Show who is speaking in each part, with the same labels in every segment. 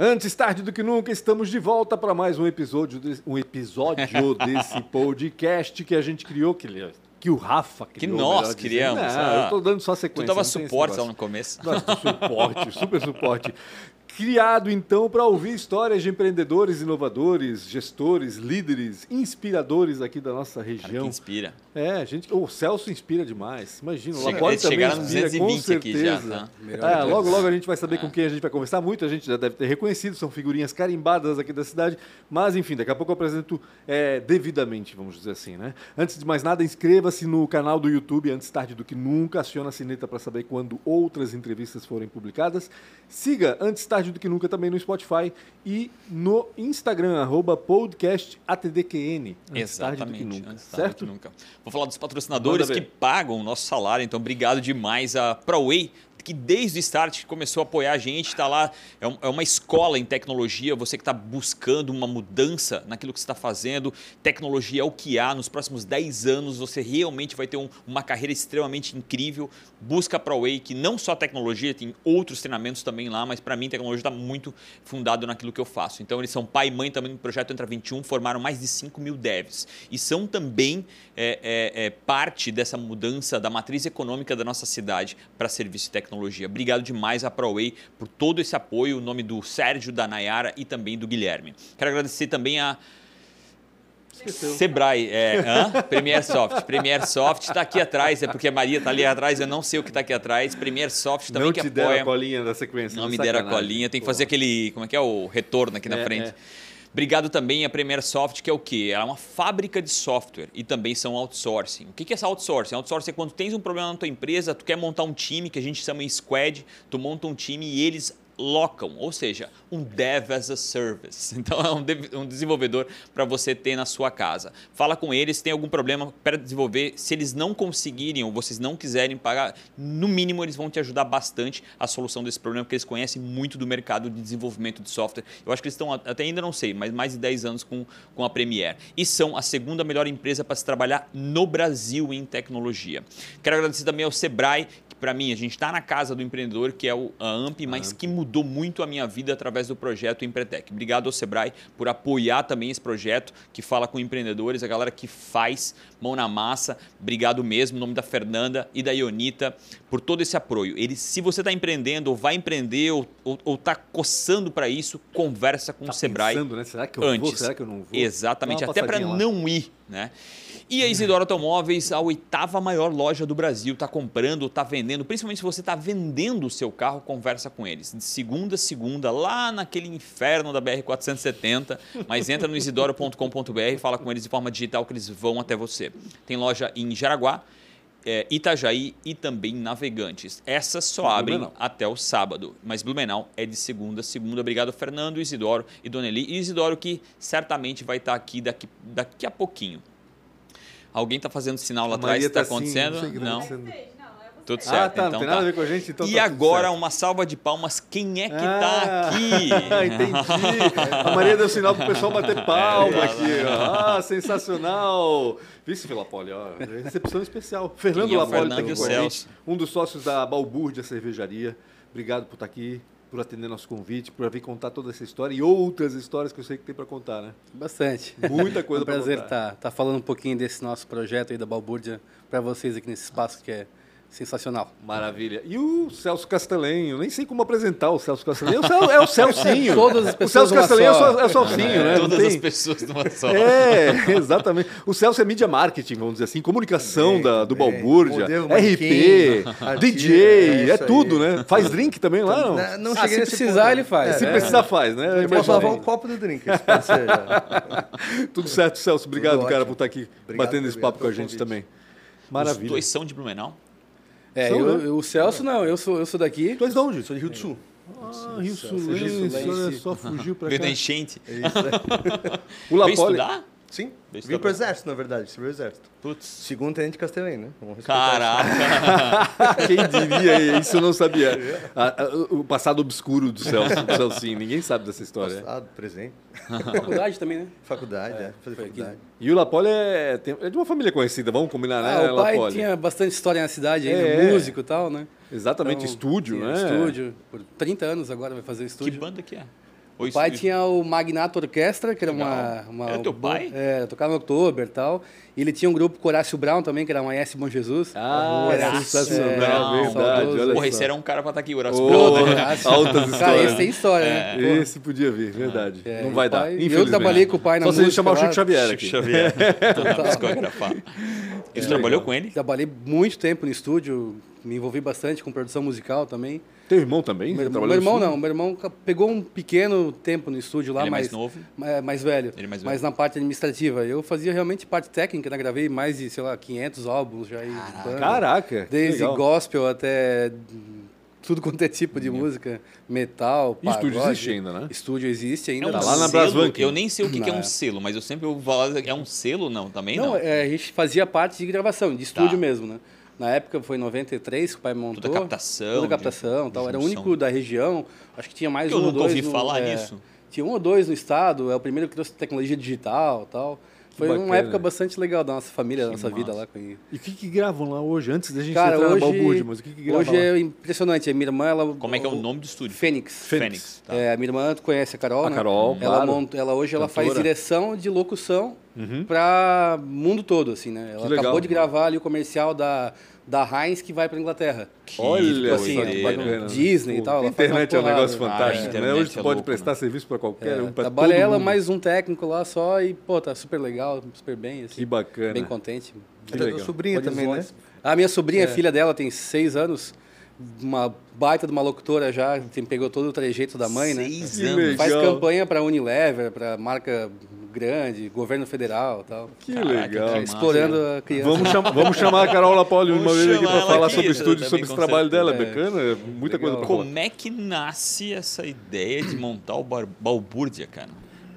Speaker 1: Antes tarde do que nunca, estamos de volta para mais um episódio, de- um episódio desse podcast que a gente criou, que, é, que o Rafa
Speaker 2: Que
Speaker 1: criou.
Speaker 2: nós
Speaker 1: melhor dizendo.
Speaker 2: criamos,
Speaker 1: Não,
Speaker 2: ah.
Speaker 1: eu tô dando só
Speaker 2: Tu
Speaker 1: sequência.
Speaker 2: dava
Speaker 1: não tem esse
Speaker 2: suporte lá
Speaker 1: negócio.
Speaker 2: no começo.
Speaker 1: Nós do suporte, super suporte. Criado então para ouvir histórias de empreendedores, inovadores, gestores, líderes, inspiradores aqui da nossa
Speaker 2: Cara, que
Speaker 1: região.
Speaker 2: inspira.
Speaker 1: É, gente, o Celso inspira demais. Imagina, o
Speaker 2: Chega-
Speaker 1: Labore
Speaker 2: eles
Speaker 1: também
Speaker 2: chegaram no
Speaker 1: inspira, com
Speaker 2: 220 aqui
Speaker 1: certeza.
Speaker 2: já, É. tá?
Speaker 3: Melhor
Speaker 1: Ah,
Speaker 3: deles.
Speaker 1: logo, logo a gente vai saber com quem a gente vai conversar muito. A gente já deve ter reconhecido, são figurinhas carimbadas aqui da cidade. Mas, enfim, daqui a pouco eu apresento é, devidamente, vamos dizer assim, né? Antes de mais nada, inscreva-se no canal do YouTube Antes Tarde do Que Nunca. Aciona a sineta para saber quando outras entrevistas forem publicadas. Siga Antes Tarde do Que Nunca também no Spotify e no Instagram, arroba podcast ATDQN. Antes Tarde do Que Nunca,
Speaker 2: antes tarde
Speaker 1: certo?
Speaker 2: do que nunca. Vou falar dos patrocinadores
Speaker 1: Manda
Speaker 2: que
Speaker 1: ver.
Speaker 2: pagam o nosso salário, então obrigado demais a ProWay, que desde o start começou a apoiar a gente, está lá, é um- é uma escola em tecnologia, você que está buscando uma mudança naquilo que você está fazendo, tecnologia é o que há, nos próximos 10 anos você realmente vai ter um- uma carreira extremamente incrível, busca a ProWay, que não só tecnologia, tem outros treinamentos também lá, mas para mim tecnologia está muito fundado naquilo que eu faço. Então eles são pai e mãe também do projeto Entra 21, formaram mais de 5 mil devs e são também é, é, é, parte dessa mudança da matriz econômica da nossa cidade para serviço e tecnologia. Obrigado demais à ProWay por todo esse apoio, em nome do Sérgio, da Nayara e também do Guilherme. Quero agradecer também a Sebrae, é, hã? Premier Soft. Premier Soft está aqui atrás, é porque a Maria está ali atrás, eu não sei o que está aqui atrás. Premier Soft também
Speaker 1: Não
Speaker 2: que
Speaker 1: te
Speaker 2: apoia.
Speaker 1: deram a colinha da sequência.
Speaker 2: Não
Speaker 1: né?
Speaker 2: me deram a
Speaker 1: Sacanagem.
Speaker 2: colinha, tem que
Speaker 1: Pô.
Speaker 2: fazer aquele, como é que é, o retorno aqui na
Speaker 1: É,
Speaker 2: frente.
Speaker 1: é.
Speaker 2: Obrigado também à Premier Soft, que é o quê? Ela é uma fábrica de software e também são outsourcing. O que que é essa outsourcing? Outsourcing é quando tens um problema na tua empresa, tu quer montar um time, que a gente chama em squad, tu monta um time e eles locam, ou seja, um dev as a service. Então é um, dev- um desenvolvedor para você ter na sua casa. Fala com eles, tem algum problema para desenvolver. Se eles não conseguirem ou vocês não quiserem pagar, no mínimo eles vão te ajudar bastante a solução desse problema, porque eles conhecem muito do mercado de desenvolvimento de software. Eu acho que eles estão, a- até ainda não sei, mas mais de 10 anos com, com a Premier. E são a segunda melhor empresa para se trabalhar no Brasil em tecnologia. Quero agradecer também ao Sebrae, que para mim, a gente está na casa do empreendedor, que é o, a AMP, mas que mudou muito a minha vida através do projeto Empretec. Obrigado ao Sebrae por apoiar também esse projeto que fala com empreendedores, a galera que faz mão na massa. Obrigado mesmo, em nome da Fernanda e da Ionita, por todo esse apoio. Eles, se você está empreendendo, ou vai empreender, ou está coçando para isso, conversa com o Sebrae
Speaker 1: Pensando, né? Será que eu vou?
Speaker 2: antes.
Speaker 1: Será que eu não vou?
Speaker 2: Exatamente,
Speaker 1: Dá uma
Speaker 2: até para
Speaker 1: passadinha lá.
Speaker 2: não ir, né? E a Isidoro Automóveis, a oitava maior loja do Brasil, está comprando, está vendendo, principalmente se você está vendendo o seu carro, conversa com eles. De segunda a segunda, lá naquele inferno da BR-470, mas entra no isidoro.com.br e fala com eles de forma digital que eles vão até você. Tem loja em Jaraguá, é, Itajaí e também Navegantes. Essas só abrem
Speaker 1: Blumenau.
Speaker 2: até o sábado, mas Blumenau é de segunda a segunda. Obrigado, Fernando, Isidoro e Dona Eli. E Isidoro que certamente vai estar aqui daqui, daqui a pouquinho. Alguém está fazendo sinal lá
Speaker 1: A
Speaker 2: atrás,
Speaker 1: Maria
Speaker 2: está
Speaker 1: tá assim,
Speaker 2: acontecendo?
Speaker 1: não sei o que tá
Speaker 2: não.
Speaker 1: acontecendo.
Speaker 4: É,
Speaker 2: Tudo
Speaker 1: Ah,
Speaker 2: certo.
Speaker 1: tá, não
Speaker 2: então
Speaker 1: tem
Speaker 2: tá.
Speaker 1: nada a ver com a gente, então
Speaker 2: e
Speaker 1: tá tudo
Speaker 2: agora
Speaker 1: certo.
Speaker 2: uma salva de palmas. Quem é que
Speaker 1: Ah, né,
Speaker 2: está aqui?
Speaker 1: Entendi. A Maria deu sinal pro pessoal bater palma
Speaker 2: É,
Speaker 1: aqui. ó. Ah, sensacional. Vice Filapoli, ó. Recepção especial. Fernando
Speaker 2: E é o
Speaker 1: Lapoli tá
Speaker 2: Fernando
Speaker 1: aqui com a
Speaker 2: Celso.
Speaker 1: gente, um dos sócios da Balbúrdia Cervejaria. Obrigado por estar aqui, por atender nosso convite, por vir contar toda essa história e outras histórias que eu sei que tem para contar, né?
Speaker 3: Bastante.
Speaker 1: Muita coisa
Speaker 3: é um prazer
Speaker 1: pra
Speaker 3: estar
Speaker 1: contar.
Speaker 3: tá, tá falando um pouquinho desse nosso projeto aí da Balbúrdia para vocês aqui nesse espaço que é sensacional.
Speaker 1: Maravilha. E o Celso Castelenho, nem sei como apresentar o Celso Castelenho. É o, Cel- é o Celcinho.
Speaker 3: Todas as
Speaker 1: o
Speaker 3: pessoas
Speaker 1: Celso
Speaker 3: uma
Speaker 1: Castelenho é
Speaker 3: só.
Speaker 1: só- é o Celcinho, né? Não
Speaker 2: Todas
Speaker 1: tem-
Speaker 2: as pessoas numa só.
Speaker 1: É, exatamente. O Celso é mídia marketing, vamos dizer assim, comunicação
Speaker 5: Bem,
Speaker 1: da, do
Speaker 5: bem.
Speaker 1: Balbúrdia,
Speaker 5: Modelo
Speaker 1: RP,
Speaker 5: manequim,
Speaker 1: DJ,
Speaker 5: artista,
Speaker 1: é,
Speaker 5: é isso
Speaker 1: tudo,
Speaker 5: aí. né?
Speaker 1: né? Faz drink também lá, não?
Speaker 5: Na- não
Speaker 3: Ah,
Speaker 5: cheguei
Speaker 3: se
Speaker 5: nesse
Speaker 3: precisar,
Speaker 5: ponto.
Speaker 3: ele faz.
Speaker 1: Se
Speaker 3: é.
Speaker 1: precisar, faz, né?
Speaker 5: Eu posso lavar
Speaker 1: Imagina.
Speaker 5: o copo do drink, se pode ser. já.
Speaker 1: Tudo certo, Celso. Obrigado,
Speaker 5: Tudo
Speaker 1: cara,
Speaker 5: ótimo.
Speaker 1: por estar aqui
Speaker 5: Obrigado,
Speaker 1: batendo esse
Speaker 5: obrigado
Speaker 1: papo com a
Speaker 5: pelo
Speaker 1: gente
Speaker 5: convite.
Speaker 1: também.
Speaker 2: Os
Speaker 1: Maravilha.
Speaker 2: dois são de Blumenau?
Speaker 3: É,
Speaker 1: São,
Speaker 3: eu-
Speaker 1: né?
Speaker 3: eu- o Celso não, eu sou, eu sou daqui.
Speaker 1: Tu és de onde?
Speaker 5: Sou de Rio do Sul.
Speaker 1: Ah, Rio
Speaker 3: Rio
Speaker 1: Sulense,
Speaker 3: Sulense.
Speaker 1: olha só, fugiu pra
Speaker 2: Veio da
Speaker 1: cá.
Speaker 2: enchente?
Speaker 5: É isso, né?
Speaker 1: O
Speaker 2: Veio
Speaker 1: Lapoli...
Speaker 2: estudar?
Speaker 5: Sim.
Speaker 2: Deixa eu
Speaker 5: Vim pro
Speaker 2: ver.
Speaker 5: exército, na verdade. Servi o exército.
Speaker 2: Putz.
Speaker 5: Segundo tenente Castelém, né? Vamos respeitar
Speaker 2: Caraca.
Speaker 1: Quem diria isso, eu não sabia. Ah, ah, o passado obscuro do Celso, do Celcinho, ninguém sabe dessa
Speaker 5: isso.
Speaker 1: história.
Speaker 5: Passado, presente.
Speaker 3: Faculdade também, né?
Speaker 5: Faculdade, é. Fazer
Speaker 3: foi aqui.
Speaker 5: faculdade.
Speaker 1: E o Lapoli é, tem- é de uma família conhecida, vamos combinar,
Speaker 3: Ah,
Speaker 1: né,
Speaker 3: o pai
Speaker 1: Lapoli?
Speaker 3: tinha bastante história na cidade, ele
Speaker 1: É.
Speaker 3: é músico e tal, né?
Speaker 1: Exatamente,
Speaker 3: Então,
Speaker 1: estúdio,
Speaker 3: sim,
Speaker 1: né?
Speaker 3: Estúdio, por 30 anos agora vai fazer o
Speaker 2: Que
Speaker 3: estúdio.
Speaker 2: banda que é? Ou
Speaker 3: O pai
Speaker 2: isso-
Speaker 3: tinha o Magnata Orquestra, que era uma,
Speaker 2: Legal.
Speaker 3: uma.
Speaker 2: Era teu
Speaker 3: bo-
Speaker 2: pai?
Speaker 3: É, tocava em Oktober e tal. E ele tinha um grupo com Horácio Brown também, que era uma S Bom Jesus.
Speaker 1: Ah,
Speaker 3: Era é,
Speaker 1: sensacional,
Speaker 2: Brown.
Speaker 1: verdade. Olha
Speaker 2: Porra,
Speaker 1: só.
Speaker 2: esse era um cara pra estar aqui, o Horácio
Speaker 1: Ô,
Speaker 2: Brother.
Speaker 1: Horácio. altas
Speaker 3: Cara,
Speaker 1: histórias.
Speaker 3: esse tem história, né?
Speaker 2: É.
Speaker 3: Pô,
Speaker 1: É. Esse podia vir, verdade.
Speaker 3: É,
Speaker 1: não
Speaker 3: e
Speaker 1: vai
Speaker 3: o
Speaker 1: dar.
Speaker 3: pai- e eu
Speaker 1: infelizmente.
Speaker 3: trabalhei com o pai na
Speaker 1: Só se a gente
Speaker 3: música
Speaker 1: chamar o
Speaker 3: lá.
Speaker 1: Chico Xavier
Speaker 2: Chico
Speaker 1: aqui.
Speaker 2: Xavier. Total. Psicografar. E tu trabalhou com ele?
Speaker 3: Trabalhei muito tempo no estúdio, me envolvi bastante com produção musical também.
Speaker 1: Teu um irmão também?
Speaker 3: Meu,
Speaker 1: Trabalhou
Speaker 3: meu
Speaker 1: no
Speaker 3: irmão
Speaker 1: estúdio?
Speaker 3: não, meu irmão ca- pegou um pequeno tempo no estúdio lá,
Speaker 2: Ele é mais
Speaker 3: mas
Speaker 2: novo?
Speaker 3: é, mais velho,
Speaker 2: Ele é mais
Speaker 3: mas na parte administrativa. Eu fazia realmente parte técnica, né? gravei mais de, sei lá, 500 álbuns já. e banda.
Speaker 1: Caraca. que
Speaker 3: Desde
Speaker 1: legal.
Speaker 3: gospel até hum, tudo quanto é tipo
Speaker 2: Uhum.
Speaker 3: de música, metal,
Speaker 1: E estúdio
Speaker 3: pagode.
Speaker 1: existe ainda, né?
Speaker 3: Estúdio existe ainda.
Speaker 2: É um
Speaker 1: Tá
Speaker 3: mas-
Speaker 1: lá na
Speaker 2: selo,
Speaker 1: Brasbank.
Speaker 2: Eu nem sei o que, que é um
Speaker 3: Não.
Speaker 2: selo, mas eu sempre ouvi falar. É um selo? Não, também não.
Speaker 3: Não, é, a gente fazia parte de gravação, de estúdio
Speaker 2: Tá.
Speaker 3: mesmo, né? Na época foi em 93 que o pai montou.
Speaker 2: captação,
Speaker 3: Toda
Speaker 2: de-
Speaker 3: captação e tal.
Speaker 2: de
Speaker 3: Era o
Speaker 2: junção.
Speaker 3: único da região. Acho que tinha mais
Speaker 2: Que eu
Speaker 3: um ou
Speaker 2: nunca
Speaker 3: dois.
Speaker 2: ouvi
Speaker 3: no-
Speaker 2: falar
Speaker 3: é,
Speaker 2: nisso.
Speaker 3: Tinha um ou dois no estado. É o primeiro que trouxe tecnologia digital e tal. Foi uma
Speaker 1: bacana.
Speaker 3: época bastante legal da nossa família, da
Speaker 2: Que
Speaker 3: nossa vida
Speaker 2: massa.
Speaker 3: lá com ele.
Speaker 1: E o que, que gravam lá hoje? Antes da gente
Speaker 3: Cara,
Speaker 1: entrar
Speaker 3: hoje,
Speaker 1: na Balbúrdia, mas o que, que gravam
Speaker 3: hoje é impressionante. A minha irmã, ela.
Speaker 2: Como é que é o nome do estúdio?
Speaker 3: Fênix.
Speaker 2: Fênix. tá.
Speaker 3: É, a minha irmã tu conhece a Carol,
Speaker 1: A
Speaker 3: né?
Speaker 1: Carol,
Speaker 3: ela
Speaker 1: claro.
Speaker 3: monta- ela hoje ela faz
Speaker 1: Cantora. Uhum.
Speaker 3: direção de locução pra mundo todo assim, né? Ela
Speaker 1: Que legal,
Speaker 3: acabou de
Speaker 1: mano.
Speaker 3: gravar ali o comercial da da Heinz que vai pra Inglaterra.
Speaker 2: Que
Speaker 1: Olha
Speaker 3: assim,
Speaker 1: só,
Speaker 2: doideira.
Speaker 1: que bacana. né?
Speaker 3: Disney e
Speaker 1: Pô,
Speaker 3: tal, ela faz
Speaker 1: internet é
Speaker 3: uma
Speaker 1: um negócio
Speaker 3: porrada. Ah, é.
Speaker 1: fantástico,
Speaker 2: Ah,
Speaker 1: né?
Speaker 2: internet
Speaker 1: Hoje tu
Speaker 2: é
Speaker 1: pode
Speaker 2: louco,
Speaker 1: prestar serviço para qualquer um, para
Speaker 3: Trabalha
Speaker 1: todo
Speaker 3: ela
Speaker 1: mundo.
Speaker 3: mais um técnico lá só e pô, tá super legal, super bem assim.
Speaker 1: Que bacana.
Speaker 3: Bem contente.
Speaker 1: Que
Speaker 5: Até
Speaker 1: legal.
Speaker 5: tua sobrinha também, né?
Speaker 3: Horizontes. A minha sobrinha,
Speaker 1: É.
Speaker 3: filha dela, tem seis anos. Uma baita de uma locutora já, tem, pegou todo o trejeito da mãe, né?
Speaker 2: Seis
Speaker 1: Que
Speaker 2: anos.
Speaker 1: legal.
Speaker 3: Faz campanha para Unilever, para marca grande, governo federal e tal. É,
Speaker 1: Que
Speaker 2: Caraca,
Speaker 1: legal.
Speaker 2: que massa,
Speaker 3: Explorando
Speaker 2: né?
Speaker 3: a criança.
Speaker 1: Vamos, cham- vamos chamar a Carol Lapoli uma
Speaker 2: Vamos
Speaker 1: vez aqui
Speaker 2: chamar
Speaker 1: para
Speaker 2: ela
Speaker 1: falar
Speaker 2: aqui,
Speaker 1: sobre o
Speaker 2: isso
Speaker 1: estúdio,
Speaker 2: também,
Speaker 1: sobre esse
Speaker 2: com
Speaker 1: trabalho dela.
Speaker 3: né? certeza.
Speaker 1: Bacana, é muita
Speaker 3: Legal.
Speaker 1: coisa para falar.
Speaker 2: Como é que nasce essa ideia de montar o bar... Balbúrdia, cara?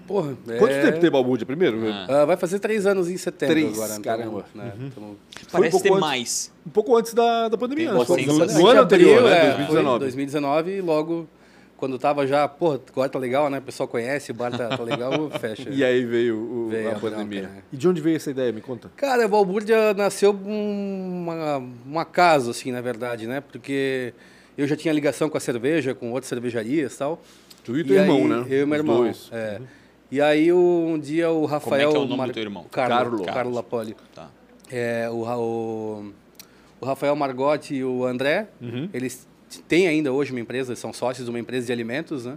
Speaker 3: Porra, é-
Speaker 1: Quanto tempo tem Balbúrdia primeiro?
Speaker 2: Ah.
Speaker 3: Ah, vai fazer três anos em setembro
Speaker 1: Três,
Speaker 3: agora. então,
Speaker 1: caramba.
Speaker 3: né, então-
Speaker 1: Foi um
Speaker 2: Parece
Speaker 1: pouco
Speaker 2: ter
Speaker 1: antes-
Speaker 2: mais.
Speaker 1: Um pouco antes da, da pandemia.
Speaker 2: Tem
Speaker 1: né?
Speaker 2: bastante
Speaker 1: No,
Speaker 2: bastante.
Speaker 1: no ano anterior,
Speaker 3: Abril,
Speaker 1: né?
Speaker 3: é, foi
Speaker 1: 2019.
Speaker 3: 2019 e logo, quando tava já, porra, agora tá legal, né? O pessoal conhece, o bar tá, tá legal, fecha.
Speaker 1: E aí veio, o-
Speaker 3: Veio
Speaker 1: a
Speaker 3: a bronca,
Speaker 1: pandemia.
Speaker 3: né?
Speaker 1: E de onde veio essa ideia? Me conta.
Speaker 3: Cara, Balbúrdia nasceu um uma- um acaso, assim, na verdade, né? Porque eu já tinha ligação com a cerveja, com outras cervejarias e tal.
Speaker 1: Tu e teu irmão,
Speaker 3: aí,
Speaker 1: né?
Speaker 3: Eu e meu
Speaker 1: Os
Speaker 3: irmão.
Speaker 1: dois. Uhum.
Speaker 3: é. E aí um dia o Rafael...
Speaker 2: é o nome do teu irmão?
Speaker 3: Carlo.
Speaker 1: Carlo.
Speaker 3: Carlo,
Speaker 2: Carlos.
Speaker 3: Lapoli.
Speaker 2: Tá.
Speaker 3: É, o, Ra- o, o Rafael Margotti e o André, eles t- têm ainda hoje uma empresa, são sócios de uma empresa de alimentos, né?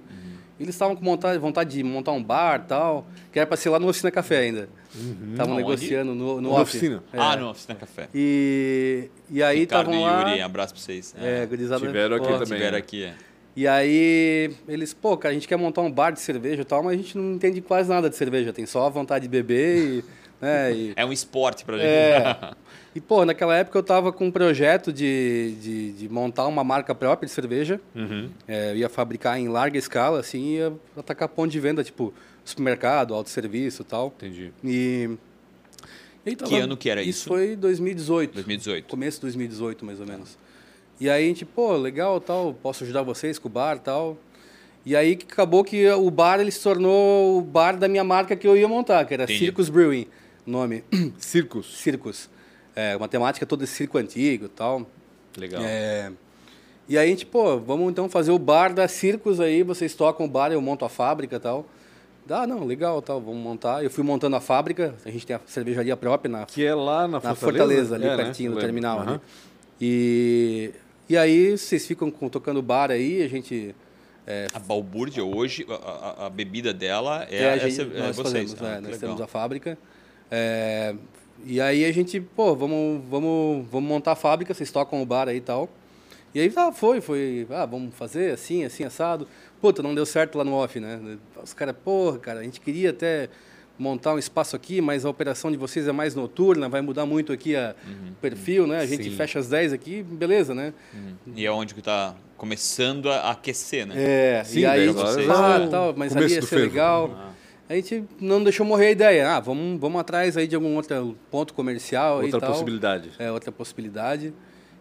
Speaker 3: Eles estavam com vontade, vontade de montar um bar tal, que era para ser lá no Oficina Café ainda. Estavam
Speaker 2: Aonde?
Speaker 3: negociando no, no
Speaker 1: Na
Speaker 3: off.
Speaker 1: oficina.
Speaker 3: É.
Speaker 2: Ah, não, Oficina Café.
Speaker 3: E, e aí
Speaker 2: Ricardo
Speaker 3: estavam
Speaker 2: e
Speaker 3: lá...
Speaker 2: Yuri, abraço pra vocês.
Speaker 3: É, gurizada,
Speaker 1: Tiveram aqui
Speaker 3: pô,
Speaker 1: também.
Speaker 2: Tiveram
Speaker 1: né?
Speaker 2: aqui, é.
Speaker 3: E aí eles, pô, cara, a gente quer montar um bar de cerveja e tal, mas a gente não entende quase nada de cerveja, tem só a vontade de beber e... né, e-
Speaker 2: É um esporte pra gente.
Speaker 3: É. E, pô, naquela época eu tava com um projeto de, de, de montar uma marca própria de cerveja.
Speaker 2: Uhum.
Speaker 3: É, eu ia fabricar em larga escala, assim, e ia atacar ponto de venda, tipo, supermercado, autosserviço e tal.
Speaker 1: Entendi.
Speaker 3: E... e aí tava-
Speaker 2: Que ano que era isso?
Speaker 3: Isso foi 2018.
Speaker 2: 2018.
Speaker 3: Começo de 2018, mais ou menos. E aí a gente, pô, legal, tal, posso ajudar vocês com o bar, tal. E aí que acabou que o bar ele se tornou o bar da minha marca que eu ia montar, que era
Speaker 2: Entendi.
Speaker 3: Circus Brewing, nome
Speaker 1: Circos.
Speaker 3: circos. É, uma temática toda de circo antigo e tal.
Speaker 1: Legal.
Speaker 3: É, e aí a gente, pô, vamos então fazer o bar da Circos aí, vocês tocam o bar, eu monto a fábrica e tal. Ah, não, legal, tal, vamos montar. Eu fui montando a fábrica, a gente tem a cervejaria própria na
Speaker 1: Que é lá na
Speaker 3: na
Speaker 1: Fortaleza.
Speaker 3: Fortaleza, ali
Speaker 1: É, né?
Speaker 3: pertinho do
Speaker 1: Lembro.
Speaker 3: terminal.
Speaker 1: Aham.
Speaker 3: ali. E, e aí vocês ficam com- tocando bar aí, a gente...
Speaker 2: A Balbúrdia hoje, a, a- a bebida dela é,
Speaker 3: É, a
Speaker 2: é
Speaker 3: gente,
Speaker 2: essa- é
Speaker 3: nós
Speaker 2: vocês.
Speaker 3: fazemos,
Speaker 2: Ah,
Speaker 3: né?
Speaker 2: que
Speaker 3: nós
Speaker 2: legal.
Speaker 3: temos a fábrica. É, e aí a gente, pô, vamos, vamos, vamos montar a fábrica, vocês tocam o bar aí e tal. E aí ah, foi, foi, ah, vamos fazer assim, assim, assado. Puta, não deu certo lá no off, né? Os caras, porra, cara, a gente queria até montar um espaço aqui, mas a operação de vocês é mais noturna, vai mudar muito aqui a-
Speaker 2: Uhum,
Speaker 3: o perfil, né? A gente
Speaker 1: Sim.
Speaker 3: fecha às 10 aqui, beleza, né?
Speaker 2: E é onde que tá começando a aquecer, né?
Speaker 3: É,
Speaker 1: Sim,
Speaker 3: e
Speaker 1: daí
Speaker 3: aí,
Speaker 1: agora
Speaker 3: tipo,
Speaker 1: já é
Speaker 3: ah,
Speaker 1: o Ah.
Speaker 3: tal, mas
Speaker 1: começo
Speaker 3: ali ia
Speaker 1: do
Speaker 3: ser
Speaker 1: fervo.
Speaker 3: legal. A gente não deixou morrer a ideia. Ah, vamos, vamos atrás aí de algum outro ponto comercial aí e
Speaker 1: Outra
Speaker 3: tal.
Speaker 1: possibilidade.
Speaker 3: É, outra possibilidade.